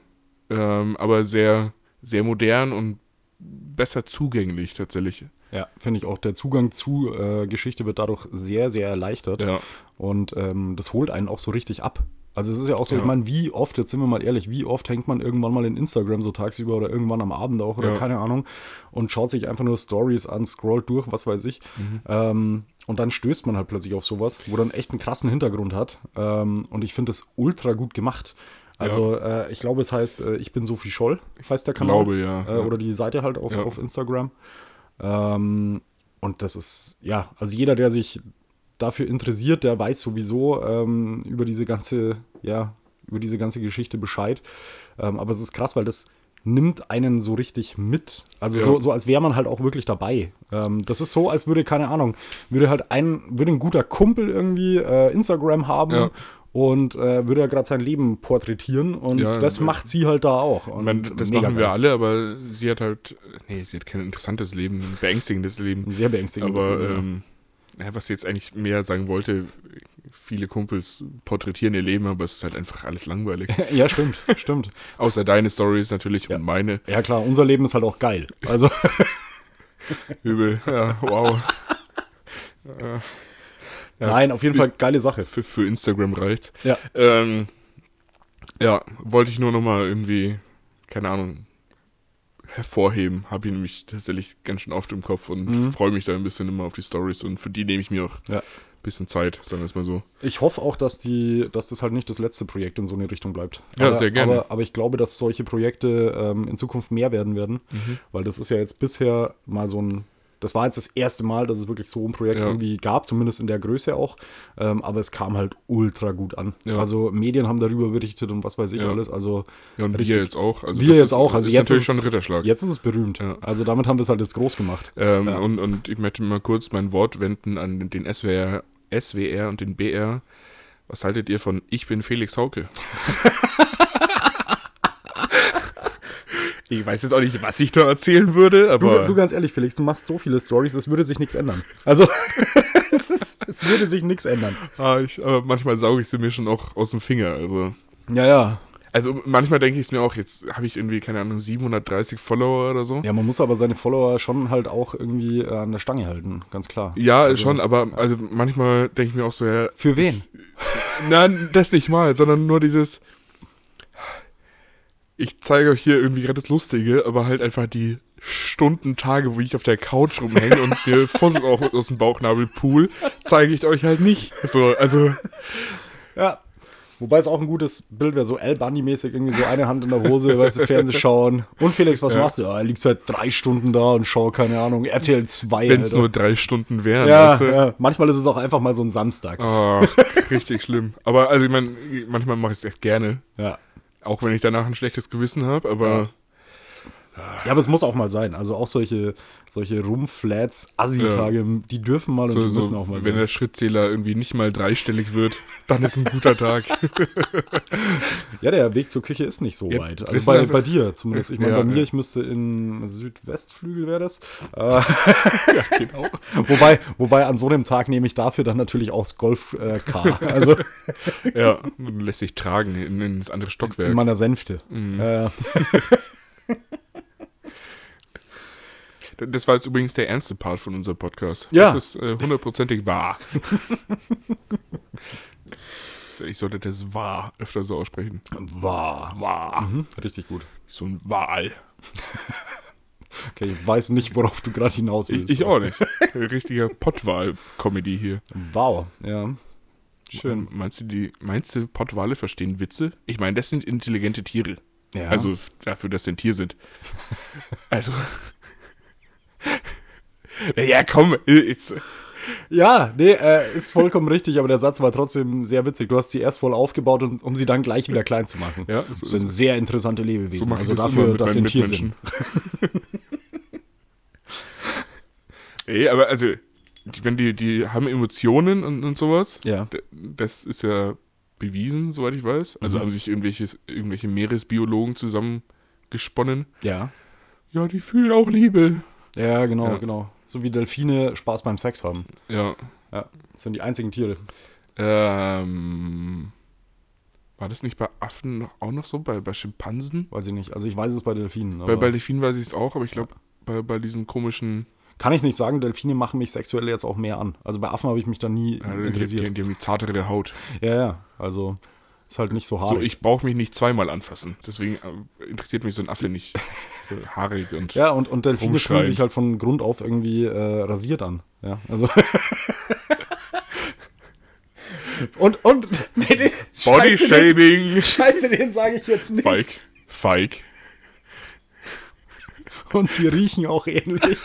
Speaker 2: ähm, aber sehr, sehr modern und besser zugänglich tatsächlich.
Speaker 1: Ja, finde ich auch. Der Zugang zu äh, Geschichte wird dadurch sehr, sehr erleichtert.
Speaker 2: Ja.
Speaker 1: Und ähm, das holt einen auch so richtig ab. Also es ist ja auch so, ich
Speaker 2: Ja.
Speaker 1: meine, wie oft, jetzt sind wir mal ehrlich, wie oft hängt man irgendwann mal in Instagram so tagsüber oder irgendwann am Abend auch oder
Speaker 2: Ja.
Speaker 1: keine Ahnung und schaut sich einfach nur Stories an, scrollt durch, was weiß ich.
Speaker 2: Mhm.
Speaker 1: Ähm, und dann stößt man halt plötzlich auf sowas, wo dann echt einen krassen Hintergrund hat. Ähm, und ich finde das ultra gut gemacht. Also äh, ich glaube, es heißt, äh, ich bin Sophie Scholl, heißt der Kanal.
Speaker 2: glaube, ja.
Speaker 1: Äh,
Speaker 2: Ja.
Speaker 1: Oder die Seite halt auf,
Speaker 2: Ja.
Speaker 1: auf Instagram. Ähm, und das ist, ja, also jeder, der sich dafür interessiert, der weiß sowieso ähm, über diese ganze, ja, über diese ganze Geschichte Bescheid. Ähm, aber es ist krass, weil das nimmt einen so richtig mit. Also
Speaker 2: Ja.
Speaker 1: so, so als wäre man halt auch wirklich dabei. Ähm, das ist so, als würde, keine Ahnung, würde halt ein, würde ein guter Kumpel irgendwie äh, Instagram haben
Speaker 2: Ja.
Speaker 1: und äh, würde ja gerade sein Leben porträtieren und
Speaker 2: Ja,
Speaker 1: das
Speaker 2: äh,
Speaker 1: macht sie halt da auch. Und
Speaker 2: Ich meine, das
Speaker 1: mega
Speaker 2: machen wir
Speaker 1: geil.
Speaker 2: alle, aber sie hat halt, nee, sie hat kein interessantes Leben, ein beängstigendes Leben.
Speaker 1: Sehr beängstigend.
Speaker 2: Aber ähm, ja, was ich jetzt eigentlich mehr sagen wollte, viele Kumpels porträtieren ihr Leben, aber es ist halt einfach alles langweilig.
Speaker 1: ja, stimmt, stimmt.
Speaker 2: Außer deine Stories natürlich und meine.
Speaker 1: Ja klar, unser Leben ist halt auch geil. Also
Speaker 2: Übel. Ja, wow.
Speaker 1: nein, auf jeden Fall geile Sache.
Speaker 2: Für, für Instagram reicht.
Speaker 1: Ja,
Speaker 2: Ähm, ja, wollte ich nur nochmal irgendwie, keine Ahnung, hervorheben. Habe ich nämlich tatsächlich ganz schön oft im Kopf und freue mich da ein bisschen immer auf die Stories und für die nehme ich mir auch
Speaker 1: Mhm. Ja.
Speaker 2: ein bisschen Zeit, sagen wir es mal so.
Speaker 1: ich hoffe auch, dass die, dass das halt nicht das letzte Projekt in so eine Richtung bleibt.
Speaker 2: Ja,
Speaker 1: aber,
Speaker 2: sehr gerne.
Speaker 1: Aber, aber ich glaube, dass solche Projekte ähm, in Zukunft mehr werden werden,
Speaker 2: Mhm.
Speaker 1: weil das ist ja jetzt bisher mal so ein, das war jetzt das erste Mal, dass es wirklich so ein Projekt
Speaker 2: Ja.
Speaker 1: irgendwie gab, zumindest in der Größe auch. Ähm, aber es kam halt ultra gut an.
Speaker 2: Ja.
Speaker 1: Also Medien haben darüber berichtet und was weiß ich
Speaker 2: Ja.
Speaker 1: alles. Also
Speaker 2: Ja, und
Speaker 1: richtig-
Speaker 2: wir jetzt auch. Also
Speaker 1: wir
Speaker 2: das
Speaker 1: jetzt
Speaker 2: ist-
Speaker 1: auch. Also
Speaker 2: ist
Speaker 1: jetzt
Speaker 2: natürlich
Speaker 1: ist,
Speaker 2: schon ein Ritterschlag.
Speaker 1: Jetzt ist es berühmt.
Speaker 2: Ja.
Speaker 1: Also damit haben wir es halt jetzt groß gemacht.
Speaker 2: Ähm,
Speaker 1: Ja.
Speaker 2: und, und ich möchte mal kurz mein Wort wenden an den SWR, SWR und den BR. Was haltet ihr von Ich bin Felix Hauke? Ich weiß jetzt auch nicht, was ich da erzählen würde, aber.
Speaker 1: Du, du ganz ehrlich, Felix, du machst so viele Stories, es würde sich nichts ändern. Also, es, ist, es würde sich nichts ändern.
Speaker 2: Ah, ich, aber manchmal sauge ich sie mir schon auch aus dem Finger. Also,
Speaker 1: Ja, ja.
Speaker 2: also manchmal denke ich es mir auch, jetzt habe ich irgendwie, keine Ahnung, 730 Follower oder so.
Speaker 1: Ja, man muss aber seine Follower schon halt auch irgendwie äh, an der Stange halten, ganz klar.
Speaker 2: Ja, schon, aber also manchmal denke ich mir auch so, ja,
Speaker 1: Für wen?
Speaker 2: Nein, das nicht mal, sondern nur dieses. Ich zeige euch hier irgendwie gerade das Lustige, aber halt einfach die Stunden, Tage, wo ich auf der Couch rumhänge und mir Fussel auch aus dem Bauchnabel pool, zeige ich euch halt nicht. So, also,
Speaker 1: Ja. Wobei es auch ein gutes Bild wäre, so L. Bunny-mäßig, irgendwie so eine Hand in der Hose, weißt du, Fernseh schauen. Und Felix, was machst du? Ja, er liegt seit drei Stunden da und schau, keine Ahnung, RTL 2.
Speaker 2: wenn es
Speaker 1: Alter.
Speaker 2: nur drei Stunden wären,
Speaker 1: halt, ja,
Speaker 2: weißt du?
Speaker 1: ja, manchmal ist es auch einfach mal so ein Samstag.
Speaker 2: Ah, richtig schlimm. Aber also, ich meine, manchmal mache ich es echt gerne.
Speaker 1: Ja.
Speaker 2: Auch wenn ich danach ein schlechtes Gewissen habe, aber
Speaker 1: ja, aber es muss auch mal sein. Also auch solche, solche Rumflats, Assi-Tage, die dürfen mal und
Speaker 2: so,
Speaker 1: die müssen
Speaker 2: so,
Speaker 1: auch mal
Speaker 2: wenn
Speaker 1: sein.
Speaker 2: der Schrittzähler irgendwie nicht mal dreistellig wird, dann ist ein guter Tag.
Speaker 1: Ja, der Weg zur Küche ist nicht so
Speaker 2: Ja,
Speaker 1: weit.
Speaker 2: das
Speaker 1: Also
Speaker 2: ist
Speaker 1: bei,
Speaker 2: einfach-
Speaker 1: bei dir zumindest. Ich meine,
Speaker 2: Ja,
Speaker 1: bei mir,
Speaker 2: ja.
Speaker 1: ich müsste in Südwestflügel wäre das. Äh,
Speaker 2: ja, genau.
Speaker 1: wobei, wobei an so einem Tag nehme ich dafür dann natürlich auch das Golf-Car. also
Speaker 2: Ja, und lässt sich tragen in, in das andere Stockwerk.
Speaker 1: in meiner Sänfte.
Speaker 2: Mhm.
Speaker 1: Äh,
Speaker 2: D- das war jetzt übrigens der ernste Part von unserem Podcast.
Speaker 1: Ja.
Speaker 2: Das ist äh, hundertprozentig wahr. So, ich sollte das wahr öfter so aussprechen.
Speaker 1: war.
Speaker 2: Wahr.
Speaker 1: Mhm, richtig gut.
Speaker 2: So ein Wahl.
Speaker 1: Okay, ich weiß nicht, worauf du gerade hinaus willst.
Speaker 2: Ich, ich auch nicht. Ein Richtiger Pottwahl-Comedy hier.
Speaker 1: Wow, ja. Schön.
Speaker 2: Meinst du, die, meinst du, Pottwale verstehen Witze? Ich meine, das sind intelligente Tiere.
Speaker 1: Ja.
Speaker 2: Also f- dafür, dass sie ein Tier sind. Also. ja, komm. äh, Jetzt,
Speaker 1: Ja, nee, äh, ist vollkommen richtig, aber der Satz war trotzdem sehr witzig. Du hast sie erst voll aufgebaut, um, um sie dann gleich wieder klein zu machen.
Speaker 2: Ja,
Speaker 1: das
Speaker 2: so
Speaker 1: sind sehr interessante Lebewesen.
Speaker 2: mach ich
Speaker 1: also
Speaker 2: das
Speaker 1: dafür,
Speaker 2: immer mit
Speaker 1: dass sie ein
Speaker 2: meinen
Speaker 1: Tier sind.
Speaker 2: Ey, aber also, ich meine, die, die haben Emotionen und, und sowas.
Speaker 1: Ja.
Speaker 2: D- Das ist ja bewiesen, soweit ich weiß. Also
Speaker 1: Mhm.
Speaker 2: haben sich irgendwelches, irgendwelche Meeresbiologen zusammengesponnen.
Speaker 1: Ja.
Speaker 2: Ja, die fühlen auch Liebe.
Speaker 1: Ja, genau,
Speaker 2: Ja.
Speaker 1: genau. So wie Delfine Spaß beim Sex haben.
Speaker 2: Ja.
Speaker 1: Ja, das sind die einzigen Tiere.
Speaker 2: Ähm, war das nicht bei Affen noch, auch noch so? Bei, bei Schimpansen?
Speaker 1: Weiß ich nicht. Also ich weiß es bei Delfinen.
Speaker 2: Bei,
Speaker 1: Aber
Speaker 2: bei Delfinen weiß ich es auch, aber ich glaube, bei, bei diesem komischen.
Speaker 1: kann ich nicht sagen, Delfine machen mich sexuell jetzt auch mehr an. Also bei Affen habe ich mich da nie
Speaker 2: Ja, die, die,
Speaker 1: interessiert.
Speaker 2: die haben die zartere Haut.
Speaker 1: Ja, ja. Also ist halt nicht so haarig.
Speaker 2: So, ich brauche mich nicht zweimal anfassen. Deswegen äh, interessiert mich so ein Affe nicht. So haarig und.
Speaker 1: Ja, und, und Delfine fühlen
Speaker 2: Rumschreien.
Speaker 1: sich halt von Grund auf irgendwie äh, rasiert an. Ja, also. und, und. Nee, nee,
Speaker 2: Body
Speaker 1: Scheiße, den,
Speaker 2: Shaming!
Speaker 1: Scheiße, den sage ich jetzt nicht.
Speaker 2: Feig. Feig.
Speaker 1: Und sie riechen auch ähnlich.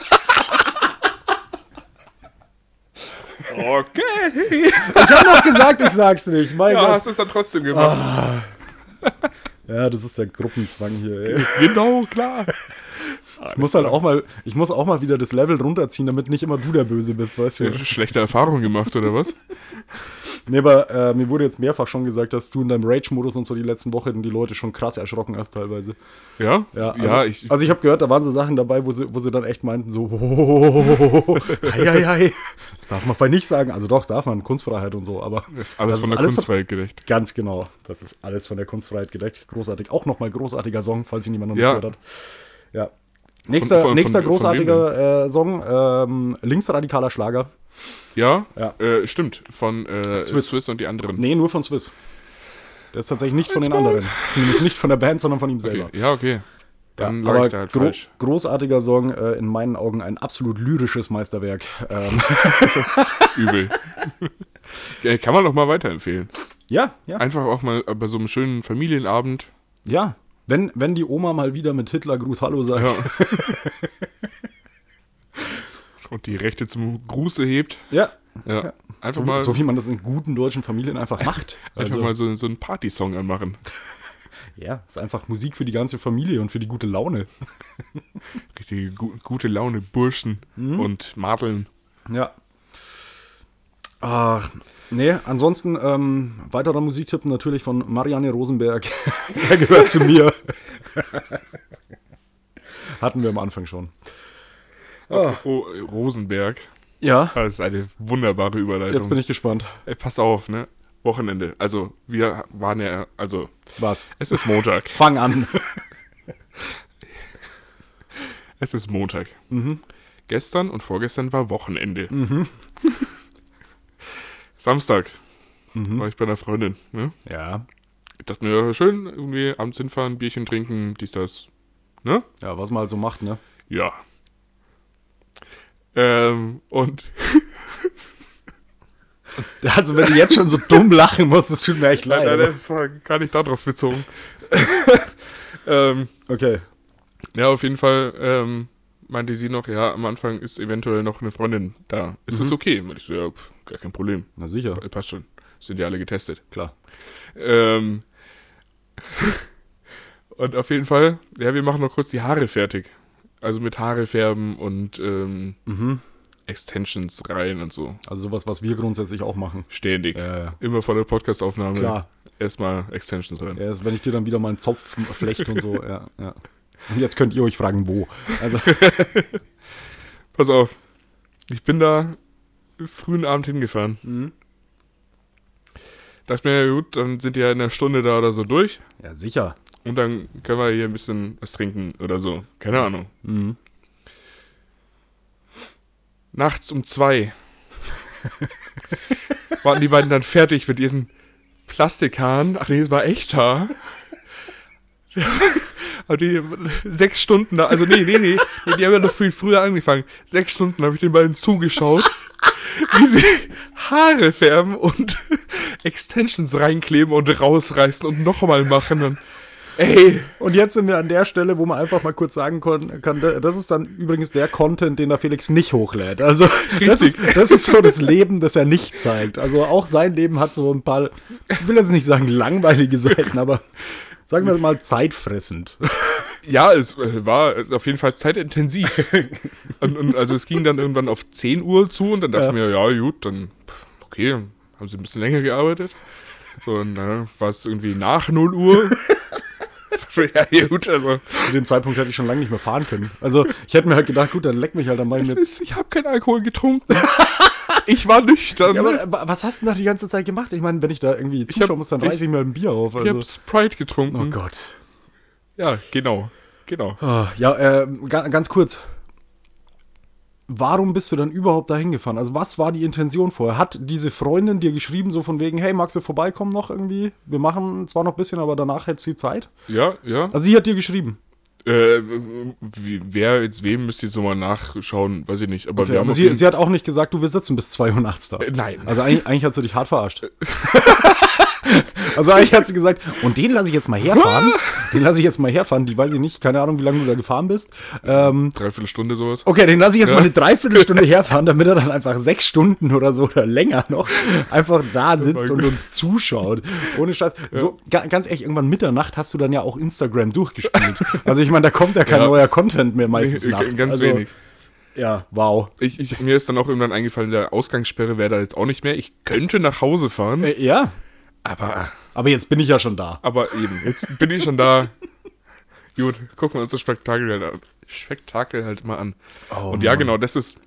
Speaker 2: Okay.
Speaker 1: Ich habe noch gesagt, ich sag's nicht. Mein
Speaker 2: Ja,
Speaker 1: Gott.
Speaker 2: hast es dann trotzdem gemacht.
Speaker 1: Ja, das ist der Gruppenzwang hier, ey.
Speaker 2: Genau, klar.
Speaker 1: Ich muss halt auch mal, ich muss auch mal wieder das Level runterziehen, damit nicht immer du der Böse bist, weißt du?
Speaker 2: Schlechte Erfahrung gemacht, oder was?
Speaker 1: Nee, aber äh, mir wurde jetzt mehrfach schon gesagt, dass du in deinem Rage-Modus und so die letzten Wochen die Leute schon krass erschrocken hast teilweise.
Speaker 2: Ja?
Speaker 1: Ja, also,
Speaker 2: ja ich,
Speaker 1: also ich habe gehört, da waren so Sachen dabei, wo sie, wo sie dann echt meinten, so, oh, hei, hei, hei. das darf man voll nicht sagen. Also doch, darf man, Kunstfreiheit und so, aber
Speaker 2: das ist
Speaker 1: das
Speaker 2: alles von
Speaker 1: ist
Speaker 2: der
Speaker 1: alles von-
Speaker 2: Kunstfreiheit gerecht.
Speaker 1: ganz genau, das ist alles von der Kunstfreiheit gedeckt. Großartig, auch nochmal großartiger Song, falls ihn jemand noch nicht
Speaker 2: Ja.
Speaker 1: gehört hat. Ja. Nächster,
Speaker 2: von- von-
Speaker 1: nächster
Speaker 2: von wem
Speaker 1: großartiger äh, Song, ähm, linksradikaler Schlager.
Speaker 2: Ja?
Speaker 1: Ja.
Speaker 2: Äh, stimmt. Von äh,
Speaker 1: Swiss.
Speaker 2: Swiss. und die anderen.
Speaker 1: Nee, nur von Swiss. Der ist tatsächlich nicht von den anderen. Das ist nämlich nicht von der Band, sondern von ihm selber.
Speaker 2: Okay. Ja, okay. Dann lag ich da halt
Speaker 1: genau. gro
Speaker 2: falsch.
Speaker 1: großartiger Song, äh, in meinen Augen ein absolut lyrisches Meisterwerk. Ähm,
Speaker 2: Übel. Äh, Kann man doch mal weiterempfehlen.
Speaker 1: ja, ja,
Speaker 2: Einfach auch mal bei so einem schönen Familienabend.
Speaker 1: ja. Wenn, wenn die Oma mal wieder mit Hitler Gruß Hallo sagt.
Speaker 2: Ja. und die Rechte zum Gruße hebt.
Speaker 1: Ja.
Speaker 2: Ja. Einfach
Speaker 1: So, wie-
Speaker 2: mal,
Speaker 1: so wie man das in guten deutschen Familien einfach macht.
Speaker 2: einfach
Speaker 1: Also,
Speaker 2: mal so, so einen Partysong anmachen.
Speaker 1: ja, ist einfach Musik für die ganze Familie und für die gute Laune.
Speaker 2: Richtige gu gute Laune, Burschen
Speaker 1: Mhm.
Speaker 2: und Madeln.
Speaker 1: Ja. Ach, nee, ansonsten ähm, weiterer Musiktipp natürlich von Marianne Rosenberg. er gehört zu mir. Hatten wir am Anfang schon. Ah.
Speaker 2: Oh, Rosenberg.
Speaker 1: Ja,
Speaker 2: Das ist eine wunderbare Überleitung.
Speaker 1: jetzt bin ich gespannt.
Speaker 2: Ey, pass auf, ne? Wochenende. Also, wir waren ja, also,
Speaker 1: Was?
Speaker 2: es ist Montag.
Speaker 1: Fang an.
Speaker 2: Es ist Montag.
Speaker 1: Mhm.
Speaker 2: Gestern und vorgestern war Wochenende. Samstag war ich bei einer Freundin. Ne?
Speaker 1: Mhm. Ja.
Speaker 2: Ich dachte mir, ja, schön, irgendwie abends hinfahren, Bierchen trinken, dies, das. Ne?
Speaker 1: Ja, was man halt so macht, ne?
Speaker 2: Ja. Ähm, und
Speaker 1: Also, wenn du jetzt schon so dumm lachen musst, das tut mir echt leid.
Speaker 2: leider,
Speaker 1: aber-
Speaker 2: das war gar nicht darauf bezogen. ähm,
Speaker 1: Okay.
Speaker 2: Ja, auf jeden Fall ähm, meinte sie noch, ja, am Anfang ist eventuell noch eine Freundin da. Ist das okay? Und ich so, ja, pf, gar kein Problem.
Speaker 1: Na sicher,
Speaker 2: Pa- Passt schon. Sind ja alle getestet.
Speaker 1: klar.
Speaker 2: Ähm, und auf jeden Fall, ja, wir machen noch kurz die Haare fertig. Also mit Haare färben und ähm,
Speaker 1: Mhm.
Speaker 2: Extensions rein und so.
Speaker 1: Also sowas, was wir grundsätzlich auch machen.
Speaker 2: Ständig.
Speaker 1: Äh,
Speaker 2: Immer vor der Podcastaufnahme.
Speaker 1: Klar.
Speaker 2: Erstmal Extensions rein.
Speaker 1: ja, ist, wenn ich dir dann wieder mal einen Zopf flechte und so, ja, ja. Und jetzt könnt ihr euch fragen, wo. Also,
Speaker 2: Pass auf. Ich bin da frühen Abend hingefahren.
Speaker 1: Mhm.
Speaker 2: Dachte mir, ja gut, dann sind die ja in einer Stunde da oder so durch.
Speaker 1: ja, sicher.
Speaker 2: Und dann können wir hier ein bisschen was trinken oder so. Keine Ahnung.
Speaker 1: Mhm.
Speaker 2: Nachts um zwei waren die beiden dann fertig mit ihren Plastikhahn. Ach nee, es war echt Haar. Aber die sechs Stunden da, also nee, nee, nee, nee, die haben ja noch viel früher angefangen. Sechs Stunden habe ich den beiden zugeschaut, wie sie Haare färben und Extensions reinkleben und rausreißen und nochmal machen. Und, ey,
Speaker 1: Und jetzt sind wir an der Stelle, wo man einfach mal kurz sagen kon- kann, da- das ist dann übrigens der Content, den der Felix nicht hochlädt. Also das ist,
Speaker 2: Richtig.
Speaker 1: das ist so das Leben, das er nicht zeigt. Also auch sein Leben hat so ein paar, ich will jetzt nicht sagen langweilige Seiten, aber sagen wir mal zeitfressend.
Speaker 2: Ja, es äh, war äh, auf jeden Fall zeitintensiv. und, und also es ging dann irgendwann auf 10 Uhr zu und dann dachte ich mir, ja gut, dann pff, okay, haben sie ein bisschen länger gearbeitet. So, und dann war es irgendwie nach 0 Uhr. Dachte ich mir, ja gut, also
Speaker 1: Zu dem Zeitpunkt hätte ich schon lange nicht mehr fahren können. Also ich hätte mir halt gedacht, gut, dann leck mich halt am Bein
Speaker 2: es
Speaker 1: jetzt.
Speaker 2: ist, ich habe keinen Alkohol getrunken. ich war nüchtern.
Speaker 1: Ja, aber äh, wa- was hast du denn da die ganze Zeit gemacht? Ich meine, wenn ich da irgendwie zuschauen muss, dann
Speaker 2: ich-
Speaker 1: reiße ich mir ein Bier auf.
Speaker 2: ich
Speaker 1: Also.
Speaker 2: habe Sprite getrunken.
Speaker 1: Oh Gott.
Speaker 2: Ja, genau. Genau.
Speaker 1: Ah, Ja, äh, ga- ganz kurz. Warum bist du dann überhaupt da hingefahren? Also, was war die Intention vorher? Hat diese Freundin dir geschrieben, so von wegen, hey, magst du vorbeikommen noch irgendwie? Wir machen zwar noch ein bisschen, aber danach hättest du die Zeit.
Speaker 2: Ja, ja.
Speaker 1: Also, sie hat dir geschrieben.
Speaker 2: Äh, wie, wer jetzt wem müsst ihr jetzt nochmal nachschauen, weiß ich nicht. Aber wir haben
Speaker 1: aber
Speaker 2: auf
Speaker 1: sie,
Speaker 2: jeden-
Speaker 1: sie hat auch nicht gesagt, du wir sitzen bis 2 Uhr nachts da.
Speaker 2: Äh, nein.
Speaker 1: Also, eigentlich, eigentlich hat sie dich hart verarscht. also, eigentlich hat sie gesagt, und den lasse ich jetzt mal herfahren.
Speaker 2: Ah.
Speaker 1: Den lasse ich jetzt mal herfahren. Die weiß ich nicht, keine Ahnung, wie lange du da gefahren bist. Ähm,
Speaker 2: dreiviertel Stunde sowas.
Speaker 1: Okay, den lasse ich jetzt mal eine Dreiviertelstunde herfahren, damit er dann einfach sechs Stunden oder so oder länger noch einfach da sitzt und uns zuschaut. Ohne Scheiß. So, ga, ganz ehrlich, irgendwann Mitternacht hast du dann ja auch Instagram durchgespielt. Also ich meine, da kommt ja kein
Speaker 2: Ja.
Speaker 1: neuer Content mehr meistens
Speaker 2: Nee, äh,
Speaker 1: nachts.
Speaker 2: Ganz
Speaker 1: also,
Speaker 2: wenig.
Speaker 1: Ja, wow.
Speaker 2: Ich, ich, mir ist dann auch irgendwann eingefallen, der Ausgangssperre wäre da jetzt auch nicht mehr. Ich könnte nach Hause fahren,
Speaker 1: Äh, ja,
Speaker 2: aber,
Speaker 1: aber jetzt bin ich ja schon da.
Speaker 2: aber eben, jetzt bin ich schon da. Gut, gucken wir uns das Spektakel halt, an. Spektakel halt mal an.
Speaker 1: Oh,
Speaker 2: Und ja, genau, das ist,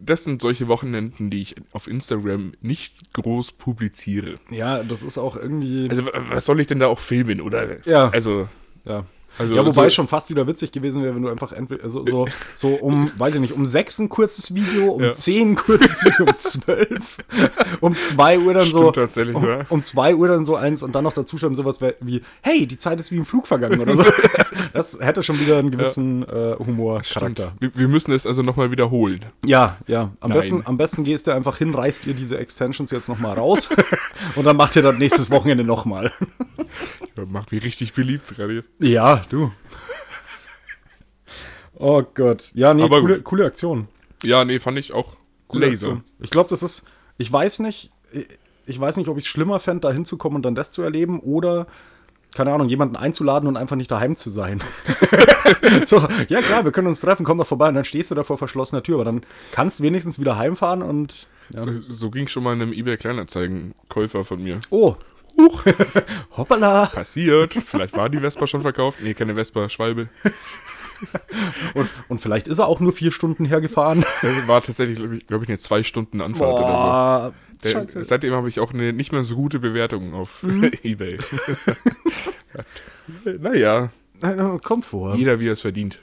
Speaker 2: das sind solche Wochenenden, die ich auf Instagram nicht groß publiziere.
Speaker 1: Ja, das ist auch irgendwie...
Speaker 2: Also, w- was soll ich denn da auch filmen, oder?
Speaker 1: Ja.
Speaker 2: Also,
Speaker 1: ja.
Speaker 2: also
Speaker 1: ja, wobei
Speaker 2: so-
Speaker 1: schon fast wieder witzig gewesen wäre, wenn du einfach entweder so, so, so um, weiß ich nicht, um sechs ein kurzes Video, um
Speaker 2: Ja.
Speaker 1: zehn ein kurzes Video, um zwölf, um zwei Uhr dann so.
Speaker 2: Stimmt tatsächlich,
Speaker 1: um,
Speaker 2: ja.
Speaker 1: um zwei Uhr dann so eins und dann noch dazu schreiben, sowas wär- wie, hey, die Zeit ist wie im Flug vergangen oder so. Das hätte schon wieder einen gewissen äh, Humorcharakter.
Speaker 2: Wir, wir müssen es also nochmal wiederholen.
Speaker 1: Ja, ja. Am
Speaker 2: Nein.
Speaker 1: besten, am besten gehst du einfach hin, reißt ihr diese Extensions jetzt nochmal raus und dann macht ihr das nächstes Wochenende nochmal.
Speaker 2: Macht mich richtig beliebt gerade.
Speaker 1: Ja, du. Oh Gott. Ja, nee,
Speaker 2: Aber
Speaker 1: coole,
Speaker 2: gut.
Speaker 1: coole Aktion.
Speaker 2: Ja, nee, fand ich auch
Speaker 1: Coole
Speaker 2: Laser.
Speaker 1: Aktion. Ich glaube, das ist. Ich weiß nicht, ich weiß nicht, ob ich es schlimmer fände, da hinzukommen und dann das zu erleben oder, keine Ahnung, jemanden einzuladen und einfach nicht daheim zu sein. so, ja klar, wir können uns treffen, komm doch vorbei und dann stehst du da vor verschlossener Tür, aber dann kannst du wenigstens wieder heimfahren und. Ja.
Speaker 2: So, so ging schon mal einem eBay Kleinanzeigen-Käufer von mir.
Speaker 1: Oh. Huch. Hoppala.
Speaker 2: Passiert. Vielleicht war die Vespa schon verkauft. Nee, keine Vespa, Schwalbe.
Speaker 1: Und, und vielleicht ist er auch nur vier Stunden hergefahren.
Speaker 2: Das war tatsächlich, glaube ich, glaub ich, eine zwei Stunden Anfahrt oder
Speaker 1: Boah,
Speaker 2: so. Der,
Speaker 1: scheiße. Mhm.
Speaker 2: seitdem habe ich auch eine nicht mehr so gute Bewertung auf Ebay. naja,
Speaker 1: Äh, Kommt vor.
Speaker 2: jeder wie er es verdient.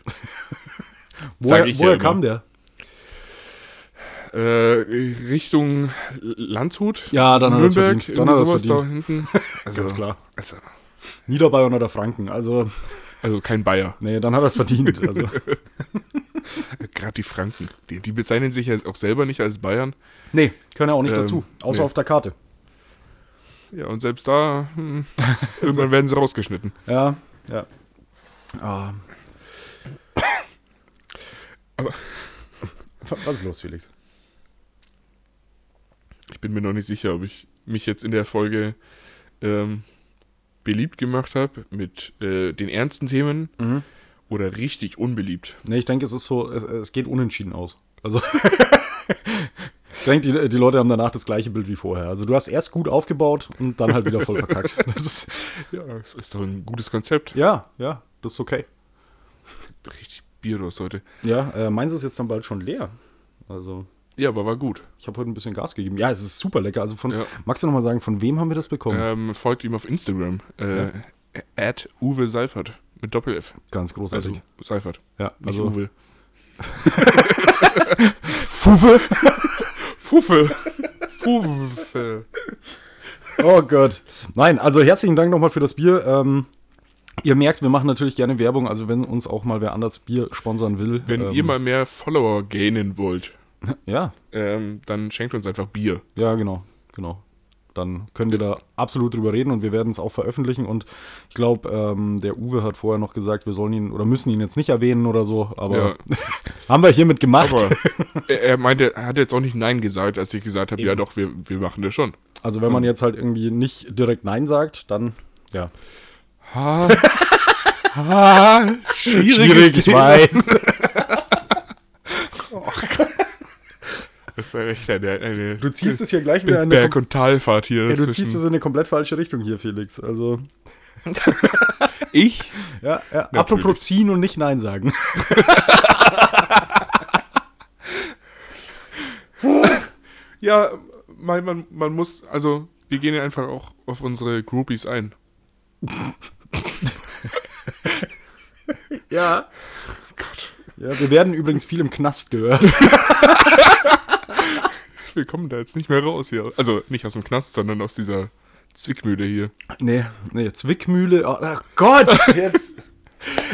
Speaker 1: Woher,
Speaker 2: sag ich ja
Speaker 1: woher
Speaker 2: immer.
Speaker 1: kam der?
Speaker 2: Äh, Richtung Landshut.
Speaker 1: Ja, dann hat er es
Speaker 2: Nürnberg,
Speaker 1: verdient. Dann hat er
Speaker 2: irgendwie
Speaker 1: es
Speaker 2: sowas da
Speaker 1: verdient.
Speaker 2: hinten. Also,
Speaker 1: Ganz klar.
Speaker 2: Also,
Speaker 1: Niederbayern oder Franken. Also,
Speaker 2: also kein Bayer.
Speaker 1: nee, dann hat er es verdient. Also,
Speaker 2: Gerade die Franken. Die, die bezeichnen sich ja auch selber nicht als Bayern.
Speaker 1: nee, können ja auch nicht
Speaker 2: Ähm,
Speaker 1: dazu. Außer
Speaker 2: nee.
Speaker 1: auf der Karte.
Speaker 2: Ja, und selbst da, hm, irgendwann werden sie rausgeschnitten.
Speaker 1: Ja, ja. Ah.
Speaker 2: Aber-
Speaker 1: Was ist los, Felix?
Speaker 2: Ich bin mir noch nicht sicher, ob ich mich jetzt in der Folge ähm, beliebt gemacht habe mit äh, den ernsten Themen
Speaker 1: Mhm.
Speaker 2: oder richtig unbeliebt.
Speaker 1: Nee, ich denke, es ist so, es, es geht unentschieden aus. Also, ich denke, die, die Leute haben danach das gleiche Bild wie vorher. Also, du hast erst gut aufgebaut und dann halt wieder voll verkackt. Das ist,
Speaker 2: Ja, das ist doch ein gutes Konzept.
Speaker 1: ja, ja, das ist okay.
Speaker 2: Richtig bierlos heute.
Speaker 1: Ja, äh, meins ist jetzt dann bald schon leer. Also,
Speaker 2: Ja, aber war gut.
Speaker 1: ich habe heute ein bisschen Gas gegeben. Ja, es ist super lecker. Also, von,
Speaker 2: Ja.
Speaker 1: magst du nochmal sagen, von wem haben wir das bekommen?
Speaker 2: Ähm, folgt ihm auf Instagram. Äh, at Uwe Seifert mit Doppel-F.
Speaker 1: Ganz großartig.
Speaker 2: Also Seifert,
Speaker 1: ja,
Speaker 2: nicht
Speaker 1: also,
Speaker 2: Uwe.
Speaker 1: Fuwe.
Speaker 2: Fuffe. Fuffe.
Speaker 1: Oh Gott. Nein, also herzlichen Dank nochmal für das Bier. Ähm, ihr merkt, wir machen natürlich gerne Werbung. Also wenn uns auch mal wer anders Bier sponsern will.
Speaker 2: Wenn
Speaker 1: ähm,
Speaker 2: ihr mal mehr Follower gainen wollt,
Speaker 1: Ja,
Speaker 2: ähm, dann schenkt uns einfach Bier.
Speaker 1: ja, genau. Genau. Dann können wir da absolut drüber reden und wir werden es auch veröffentlichen. Und ich glaube, ähm, der Uwe hat vorher noch gesagt, wir sollen ihn oder müssen ihn jetzt nicht erwähnen oder so. Aber haben wir hiermit gemacht.
Speaker 2: Aber er, er meinte, er hat jetzt auch nicht Nein gesagt, als ich gesagt habe, ja doch, wir, wir machen das schon.
Speaker 1: Also wenn man jetzt halt irgendwie nicht direkt Nein sagt, dann ja.
Speaker 2: Ha, ha, schwieriges Thema. Das war echt eine, eine
Speaker 1: Du ziehst es hier gleich wieder in eine,
Speaker 2: Berg-
Speaker 1: kom-
Speaker 2: und Talfahrt hier.
Speaker 1: ja, du
Speaker 2: zwischen-
Speaker 1: ziehst es in eine komplett falsche Richtung hier, Felix. Also
Speaker 2: ich?
Speaker 1: Ja, ja. apropos ziehen und nicht Nein sagen.
Speaker 2: Ja, man, man, man muss, also wir gehen ja einfach auch auf unsere Groupies ein.
Speaker 1: Ja. Ja, wir werden übrigens viel im Knast gehört.
Speaker 2: Wir kommen da jetzt nicht mehr raus hier. Also nicht aus dem Knast, sondern aus dieser Zwickmühle hier.
Speaker 1: Nee, nee, Zwickmühle. Oh, ach Gott! Jetzt.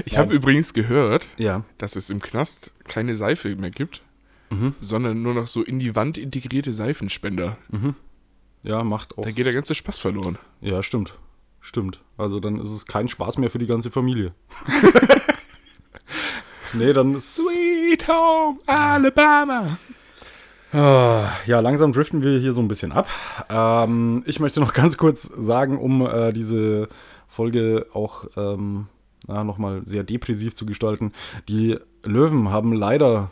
Speaker 2: Ich habe übrigens gehört,
Speaker 1: Ja.
Speaker 2: dass es im Knast keine Seife mehr gibt,
Speaker 1: Mhm.
Speaker 2: sondern nur noch so in die Wand integrierte Seifenspender.
Speaker 1: Ja, macht auch.
Speaker 2: Da geht der ganze Spaß verloren.
Speaker 1: ja, stimmt. Stimmt. Also dann ist es kein Spaß mehr für die ganze Familie. nee, dann ist.
Speaker 2: Sweet Home Alabama.
Speaker 1: Ah, Ja, langsam driften wir hier so ein bisschen ab. Ähm, ich möchte noch ganz kurz sagen, um äh, diese Folge auch ähm, ja, nochmal sehr depressiv zu gestalten. Die Löwen haben leider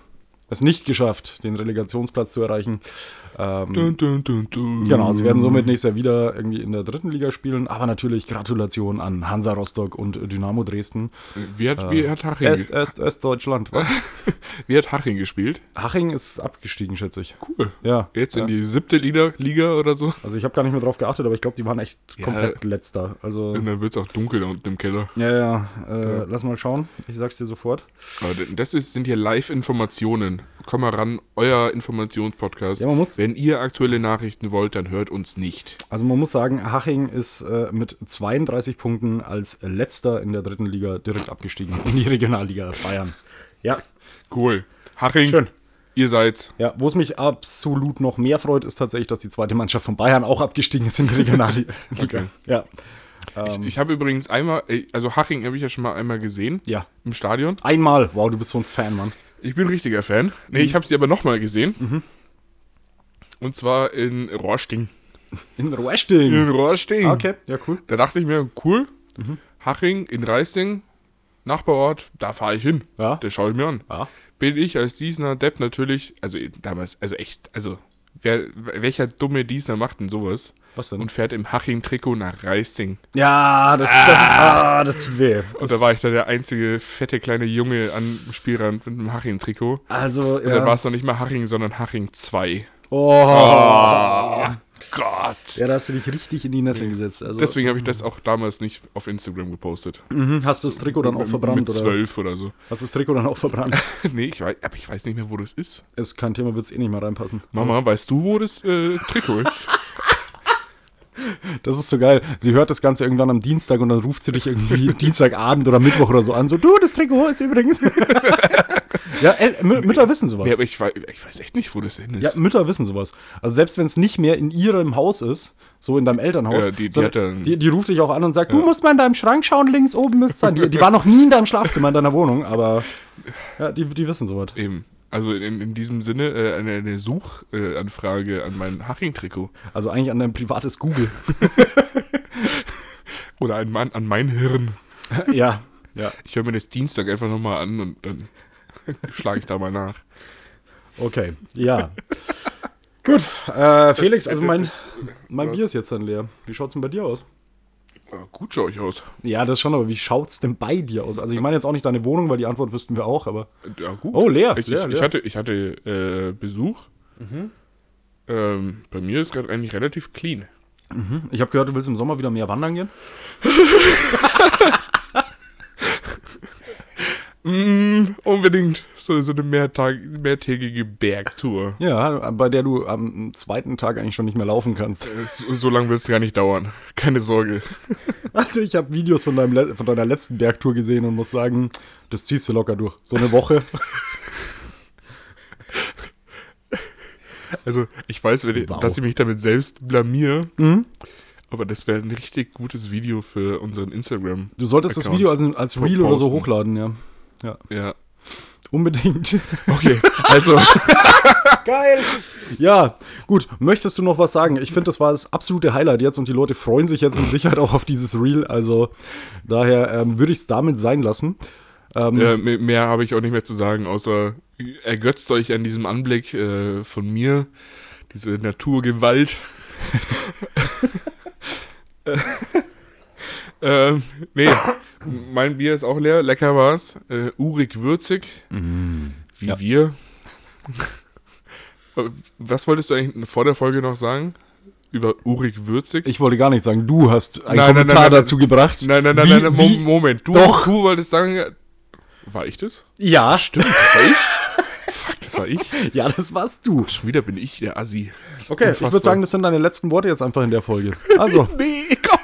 Speaker 1: es nicht geschafft, den Relegationsplatz zu erreichen. Ähm,
Speaker 2: Dun, dun, dun, dun.
Speaker 1: genau, sie werden somit nächstes Jahr wieder irgendwie in der dritten Liga spielen. Aber natürlich Gratulation an Hansa Rostock und Dynamo Dresden.
Speaker 2: Äh, Wie hat, wie hat, Haching,
Speaker 1: äh, Erst, erst, erst Deutschland. Was?
Speaker 2: wie hat Haching gespielt?
Speaker 1: Haching ist abgestiegen, schätze ich.
Speaker 2: Cool.
Speaker 1: Ja.
Speaker 2: Jetzt
Speaker 1: ja.
Speaker 2: in die siebte Liga, Liga oder so.
Speaker 1: Also ich habe gar nicht mehr drauf geachtet, aber ich glaube, die waren echt
Speaker 2: Ja.
Speaker 1: komplett letzter. Also
Speaker 2: Und dann wird es auch dunkel da unten im Keller.
Speaker 1: ja, ja, äh, lass mal schauen. Ich sag's dir sofort.
Speaker 2: Aber Das ist, sind hier Live-Informationen. Komm mal ran, euer Informationspodcast.
Speaker 1: Ja, man muss,
Speaker 2: Wenn ihr aktuelle Nachrichten wollt, dann hört uns nicht.
Speaker 1: also man muss sagen, Haching ist äh, mit 32 Punkten als letzter in der dritten Liga direkt abgestiegen in die Regionalliga Bayern. Ja,
Speaker 2: Cool. Haching,
Speaker 1: Schön.
Speaker 2: ihr seid's.
Speaker 1: ja. Wo es mich absolut noch mehr freut, ist tatsächlich, dass die zweite Mannschaft von Bayern auch abgestiegen ist in die Regionalliga.
Speaker 2: Okay.
Speaker 1: Ja,
Speaker 2: Ich, ich habe übrigens einmal, äh, also Haching habe ich ja schon mal einmal gesehen
Speaker 1: ja.
Speaker 2: im Stadion.
Speaker 1: Einmal. Wow, du bist so ein Fan, Mann.
Speaker 2: Ich bin ein richtiger Fan.
Speaker 1: Mhm.
Speaker 2: Nee, ich habe sie aber nochmal gesehen. Und zwar in Rohrsting.
Speaker 1: In Mhm. Ruesting.
Speaker 2: In Rohrsting.
Speaker 1: Ah, Okay, ja cool.
Speaker 2: Da dachte ich mir, cool, Haching in Reisting, Nachbarort, da fahre ich hin.
Speaker 1: Ja.
Speaker 2: Das schaue ich mir an.
Speaker 1: Ja.
Speaker 2: Bin ich als Diesner Depp natürlich, also damals, also echt, also wer, welcher dumme Diesner macht denn sowas?
Speaker 1: Was denn?
Speaker 2: und fährt im Haching-Trikot nach Reisting.
Speaker 1: ja, das, das ist. Ah, das tut weh.
Speaker 2: Und
Speaker 1: Das,
Speaker 2: da war ich da der einzige fette kleine Junge am Spielrand mit einem Haching-Trikot.
Speaker 1: also,
Speaker 2: Da war
Speaker 1: ja.
Speaker 2: es noch nicht mal Haching, sondern Haching 2.
Speaker 1: Oh,
Speaker 2: Gott.
Speaker 1: ja, da hast du dich richtig in die Nässe gesetzt. Also,
Speaker 2: Deswegen habe ich das auch damals nicht auf Instagram gepostet.
Speaker 1: Mhm, hast du das Trikot dann auch verbrannt,
Speaker 2: Mit
Speaker 1: oder?
Speaker 2: zwölf oder so.
Speaker 1: Hast du das Trikot dann auch verbrannt?
Speaker 2: nee, ich weiß, aber ich weiß nicht mehr, wo das ist.
Speaker 1: ist kein Thema, wird es eh nicht mehr reinpassen.
Speaker 2: Mama, weißt du, wo das äh, Trikot ist?
Speaker 1: Das ist so geil. Sie hört das Ganze irgendwann am Dienstag und dann ruft sie dich irgendwie Dienstagabend oder Mittwoch oder so an. So, du, das Trikot ist übrigens. ja, ey, Mü- Mütter wissen sowas.
Speaker 2: nee, aber ich, wei- ich weiß echt nicht, wo das hin ist.
Speaker 1: Ja, Mütter wissen sowas. Also selbst wenn es nicht mehr in ihrem Haus ist, so in deinem Elternhaus,
Speaker 2: Ja, die- die
Speaker 1: sondern-
Speaker 2: hat dann-
Speaker 1: die, die ruft dich auch an und sagt, du musst mal in deinem Schrank schauen, links oben müsste sein. Die, die war noch nie in deinem Schlafzimmer, in deiner Wohnung, aber ja, die, die wissen sowas.
Speaker 2: Eben. Also in, in diesem Sinne äh, eine, eine Suchanfrage äh, Anfrage an mein Haching-Trikot.
Speaker 1: Also eigentlich an dein privates Google.
Speaker 2: Oder an mein, an mein Hirn.
Speaker 1: ja, ja,
Speaker 2: Ich höre mir das Dienstag einfach nochmal an und dann schlage ich da mal nach.
Speaker 1: okay, ja. Gut, äh, Felix, also mein, mein
Speaker 2: was?
Speaker 1: Bier ist jetzt dann leer. Wie schaut's denn bei dir aus?
Speaker 2: Ah, gut schaue ich aus.
Speaker 1: Ja, das schon, aber wie schaut's denn bei dir aus? Also ich meine jetzt auch nicht deine Wohnung, weil die Antwort wüssten wir auch, aber
Speaker 2: Ja, gut.
Speaker 1: Oh, leer,
Speaker 2: Ich,
Speaker 1: leer,
Speaker 2: ich,
Speaker 1: leer. Mhm.
Speaker 2: ich hatte, ich hatte äh, Besuch. Ähm, bei mir ist gerade eigentlich relativ clean.
Speaker 1: ich habe gehört, du willst im Sommer wieder mehr wandern gehen.
Speaker 2: Unbedingt so, so eine mehrtag, mehrtägige Bergtour.
Speaker 1: Ja, bei der du am zweiten Tag eigentlich schon nicht mehr laufen kannst.
Speaker 2: Äh, So, so lange wird es gar nicht dauern. Keine Sorge.
Speaker 1: Also ich habe Videos von, deinem, le- von deiner letzten Bergtour gesehen und muss sagen, das ziehst du locker durch. So eine Woche.
Speaker 2: Also ich weiß, wenn ich,
Speaker 1: Wow. Mhm.
Speaker 2: dass ich mich damit selbst blamiere, aber das wäre ein richtig gutes Video für unseren Instagram.
Speaker 1: Du solltest das
Speaker 2: Account.
Speaker 1: Video als, als Reel oder so
Speaker 2: Posten.
Speaker 1: hochladen, ja. Ja,
Speaker 2: Ja.
Speaker 1: unbedingt.
Speaker 2: Okay, also
Speaker 1: Geil. Ja, gut. Möchtest du noch was sagen? Ich finde, das war das absolute Highlight jetzt und die Leute freuen sich jetzt mit Sicherheit auch auf dieses Reel. Also daher ähm, würde ich es damit sein lassen. Ähm,
Speaker 2: äh, me- mehr habe ich auch nicht mehr zu sagen, außer ergötzt euch an diesem Anblick äh, von mir, diese Naturgewalt. ähm, nee, mein Bier ist auch leer, lecker war's. Äh, urig würzig,
Speaker 1: Mhm.
Speaker 2: wie
Speaker 1: Ja.
Speaker 2: wir. Äh, Was wolltest du eigentlich vor der Folge noch sagen? Über urig würzig?
Speaker 1: Ich wollte gar nichts sagen. Du hast einen
Speaker 2: Nein, nein,
Speaker 1: Kommentar
Speaker 2: nein, nein.
Speaker 1: dazu gebracht.
Speaker 2: nein, nein, nein,
Speaker 1: Wie-
Speaker 2: nein, nein, Mo-
Speaker 1: wie-
Speaker 2: Moment. Du,
Speaker 1: Doch.
Speaker 2: du wolltest sagen, war ich das?
Speaker 1: Ja, stimmt.
Speaker 2: Das war ich? Fuck, das war ich.
Speaker 1: Ja, das warst du.
Speaker 2: Schon wieder bin ich der Assi.
Speaker 1: Okay, ich würde sagen, das sind deine letzten Worte jetzt einfach in der Folge. Also,
Speaker 2: Oh, Nee, komm.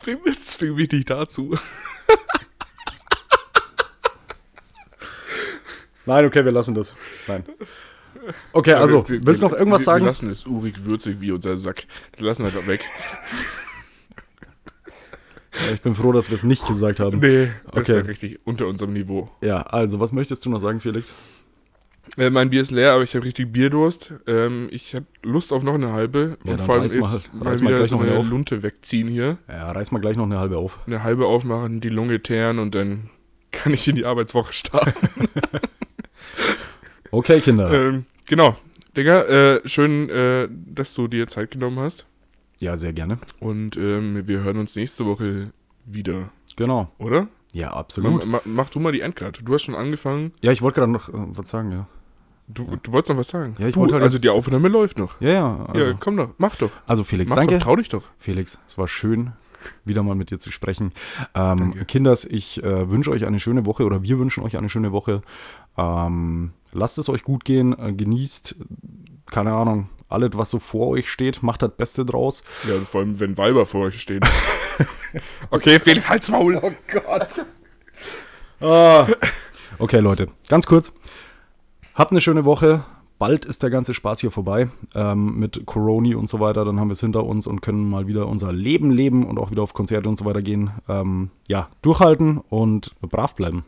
Speaker 2: Bring mich, bring mich nicht dazu.
Speaker 1: nein, okay, wir lassen das. Nein. Okay, also,
Speaker 2: Wir- wir-
Speaker 1: willst du noch irgendwas
Speaker 2: wir,
Speaker 1: sagen?
Speaker 2: Wir lassen es urig würzig wie unser Sack. Das lassen wir doch weg.
Speaker 1: ich bin froh, dass wir es nicht gesagt haben.
Speaker 2: Nee, das
Speaker 1: Okay.
Speaker 2: war richtig unter unserem Niveau.
Speaker 1: Ja, also, was möchtest du noch sagen, Felix?
Speaker 2: Äh, mein Bier ist leer, aber ich habe richtig Bierdurst. Ähm, ich habe Lust auf noch eine halbe.
Speaker 1: Ja,
Speaker 2: und
Speaker 1: dann
Speaker 2: vor allem
Speaker 1: reiß
Speaker 2: jetzt
Speaker 1: mal- halt-
Speaker 2: mal,
Speaker 1: reiß mal
Speaker 2: wieder
Speaker 1: gleich
Speaker 2: so
Speaker 1: noch eine
Speaker 2: eine
Speaker 1: auf.
Speaker 2: Lunte wegziehen hier.
Speaker 1: Ja, reiß mal gleich noch eine halbe auf.
Speaker 2: Eine halbe aufmachen, die Lunge teeren und dann kann ich in die Arbeitswoche starten.
Speaker 1: Okay, Kinder.
Speaker 2: Ähm, genau. Digga, äh, schön, äh, dass du dir Zeit genommen hast.
Speaker 1: Ja, sehr gerne.
Speaker 2: Und ähm, wir hören uns nächste Woche wieder,
Speaker 1: Genau.
Speaker 2: oder?
Speaker 1: Ja,
Speaker 2: Ma
Speaker 1: absolut.
Speaker 2: ma mach du mal die Endcard. Du hast schon angefangen.
Speaker 1: Ja, ich wollte gerade noch äh, was sagen, ja.
Speaker 2: Du, du wolltest noch was sagen.
Speaker 1: Ja, ich
Speaker 2: du,
Speaker 1: wollte halt
Speaker 2: also
Speaker 1: jetzt-
Speaker 2: die Aufnahme läuft noch.
Speaker 1: Ja, ja. Also,
Speaker 2: ja, komm doch, mach doch.
Speaker 1: also Felix,
Speaker 2: Mach
Speaker 1: danke.
Speaker 2: doch, trau dich doch.
Speaker 1: Felix, es war schön, wieder mal mit dir zu sprechen. Ähm, Kinders, ich äh, wünsche euch eine schöne Woche oder wir wünschen euch eine schöne Woche. Ähm, lasst es euch gut gehen, äh, genießt, keine Ahnung, alles, was so vor euch steht, macht das Beste draus.
Speaker 2: Ja, und vor allem, wenn Weiber vor euch stehen. okay, Felix, halt's Maul. Oh Gott.
Speaker 1: Okay, Leute, ganz kurz. Habt eine schöne Woche. Bald ist der ganze Spaß hier vorbei ähm, mit Coroni und so weiter. Dann haben wir es hinter uns und können mal wieder unser Leben leben und auch wieder auf Konzerte und so weiter gehen. Ähm, ja, durchhalten und brav bleiben.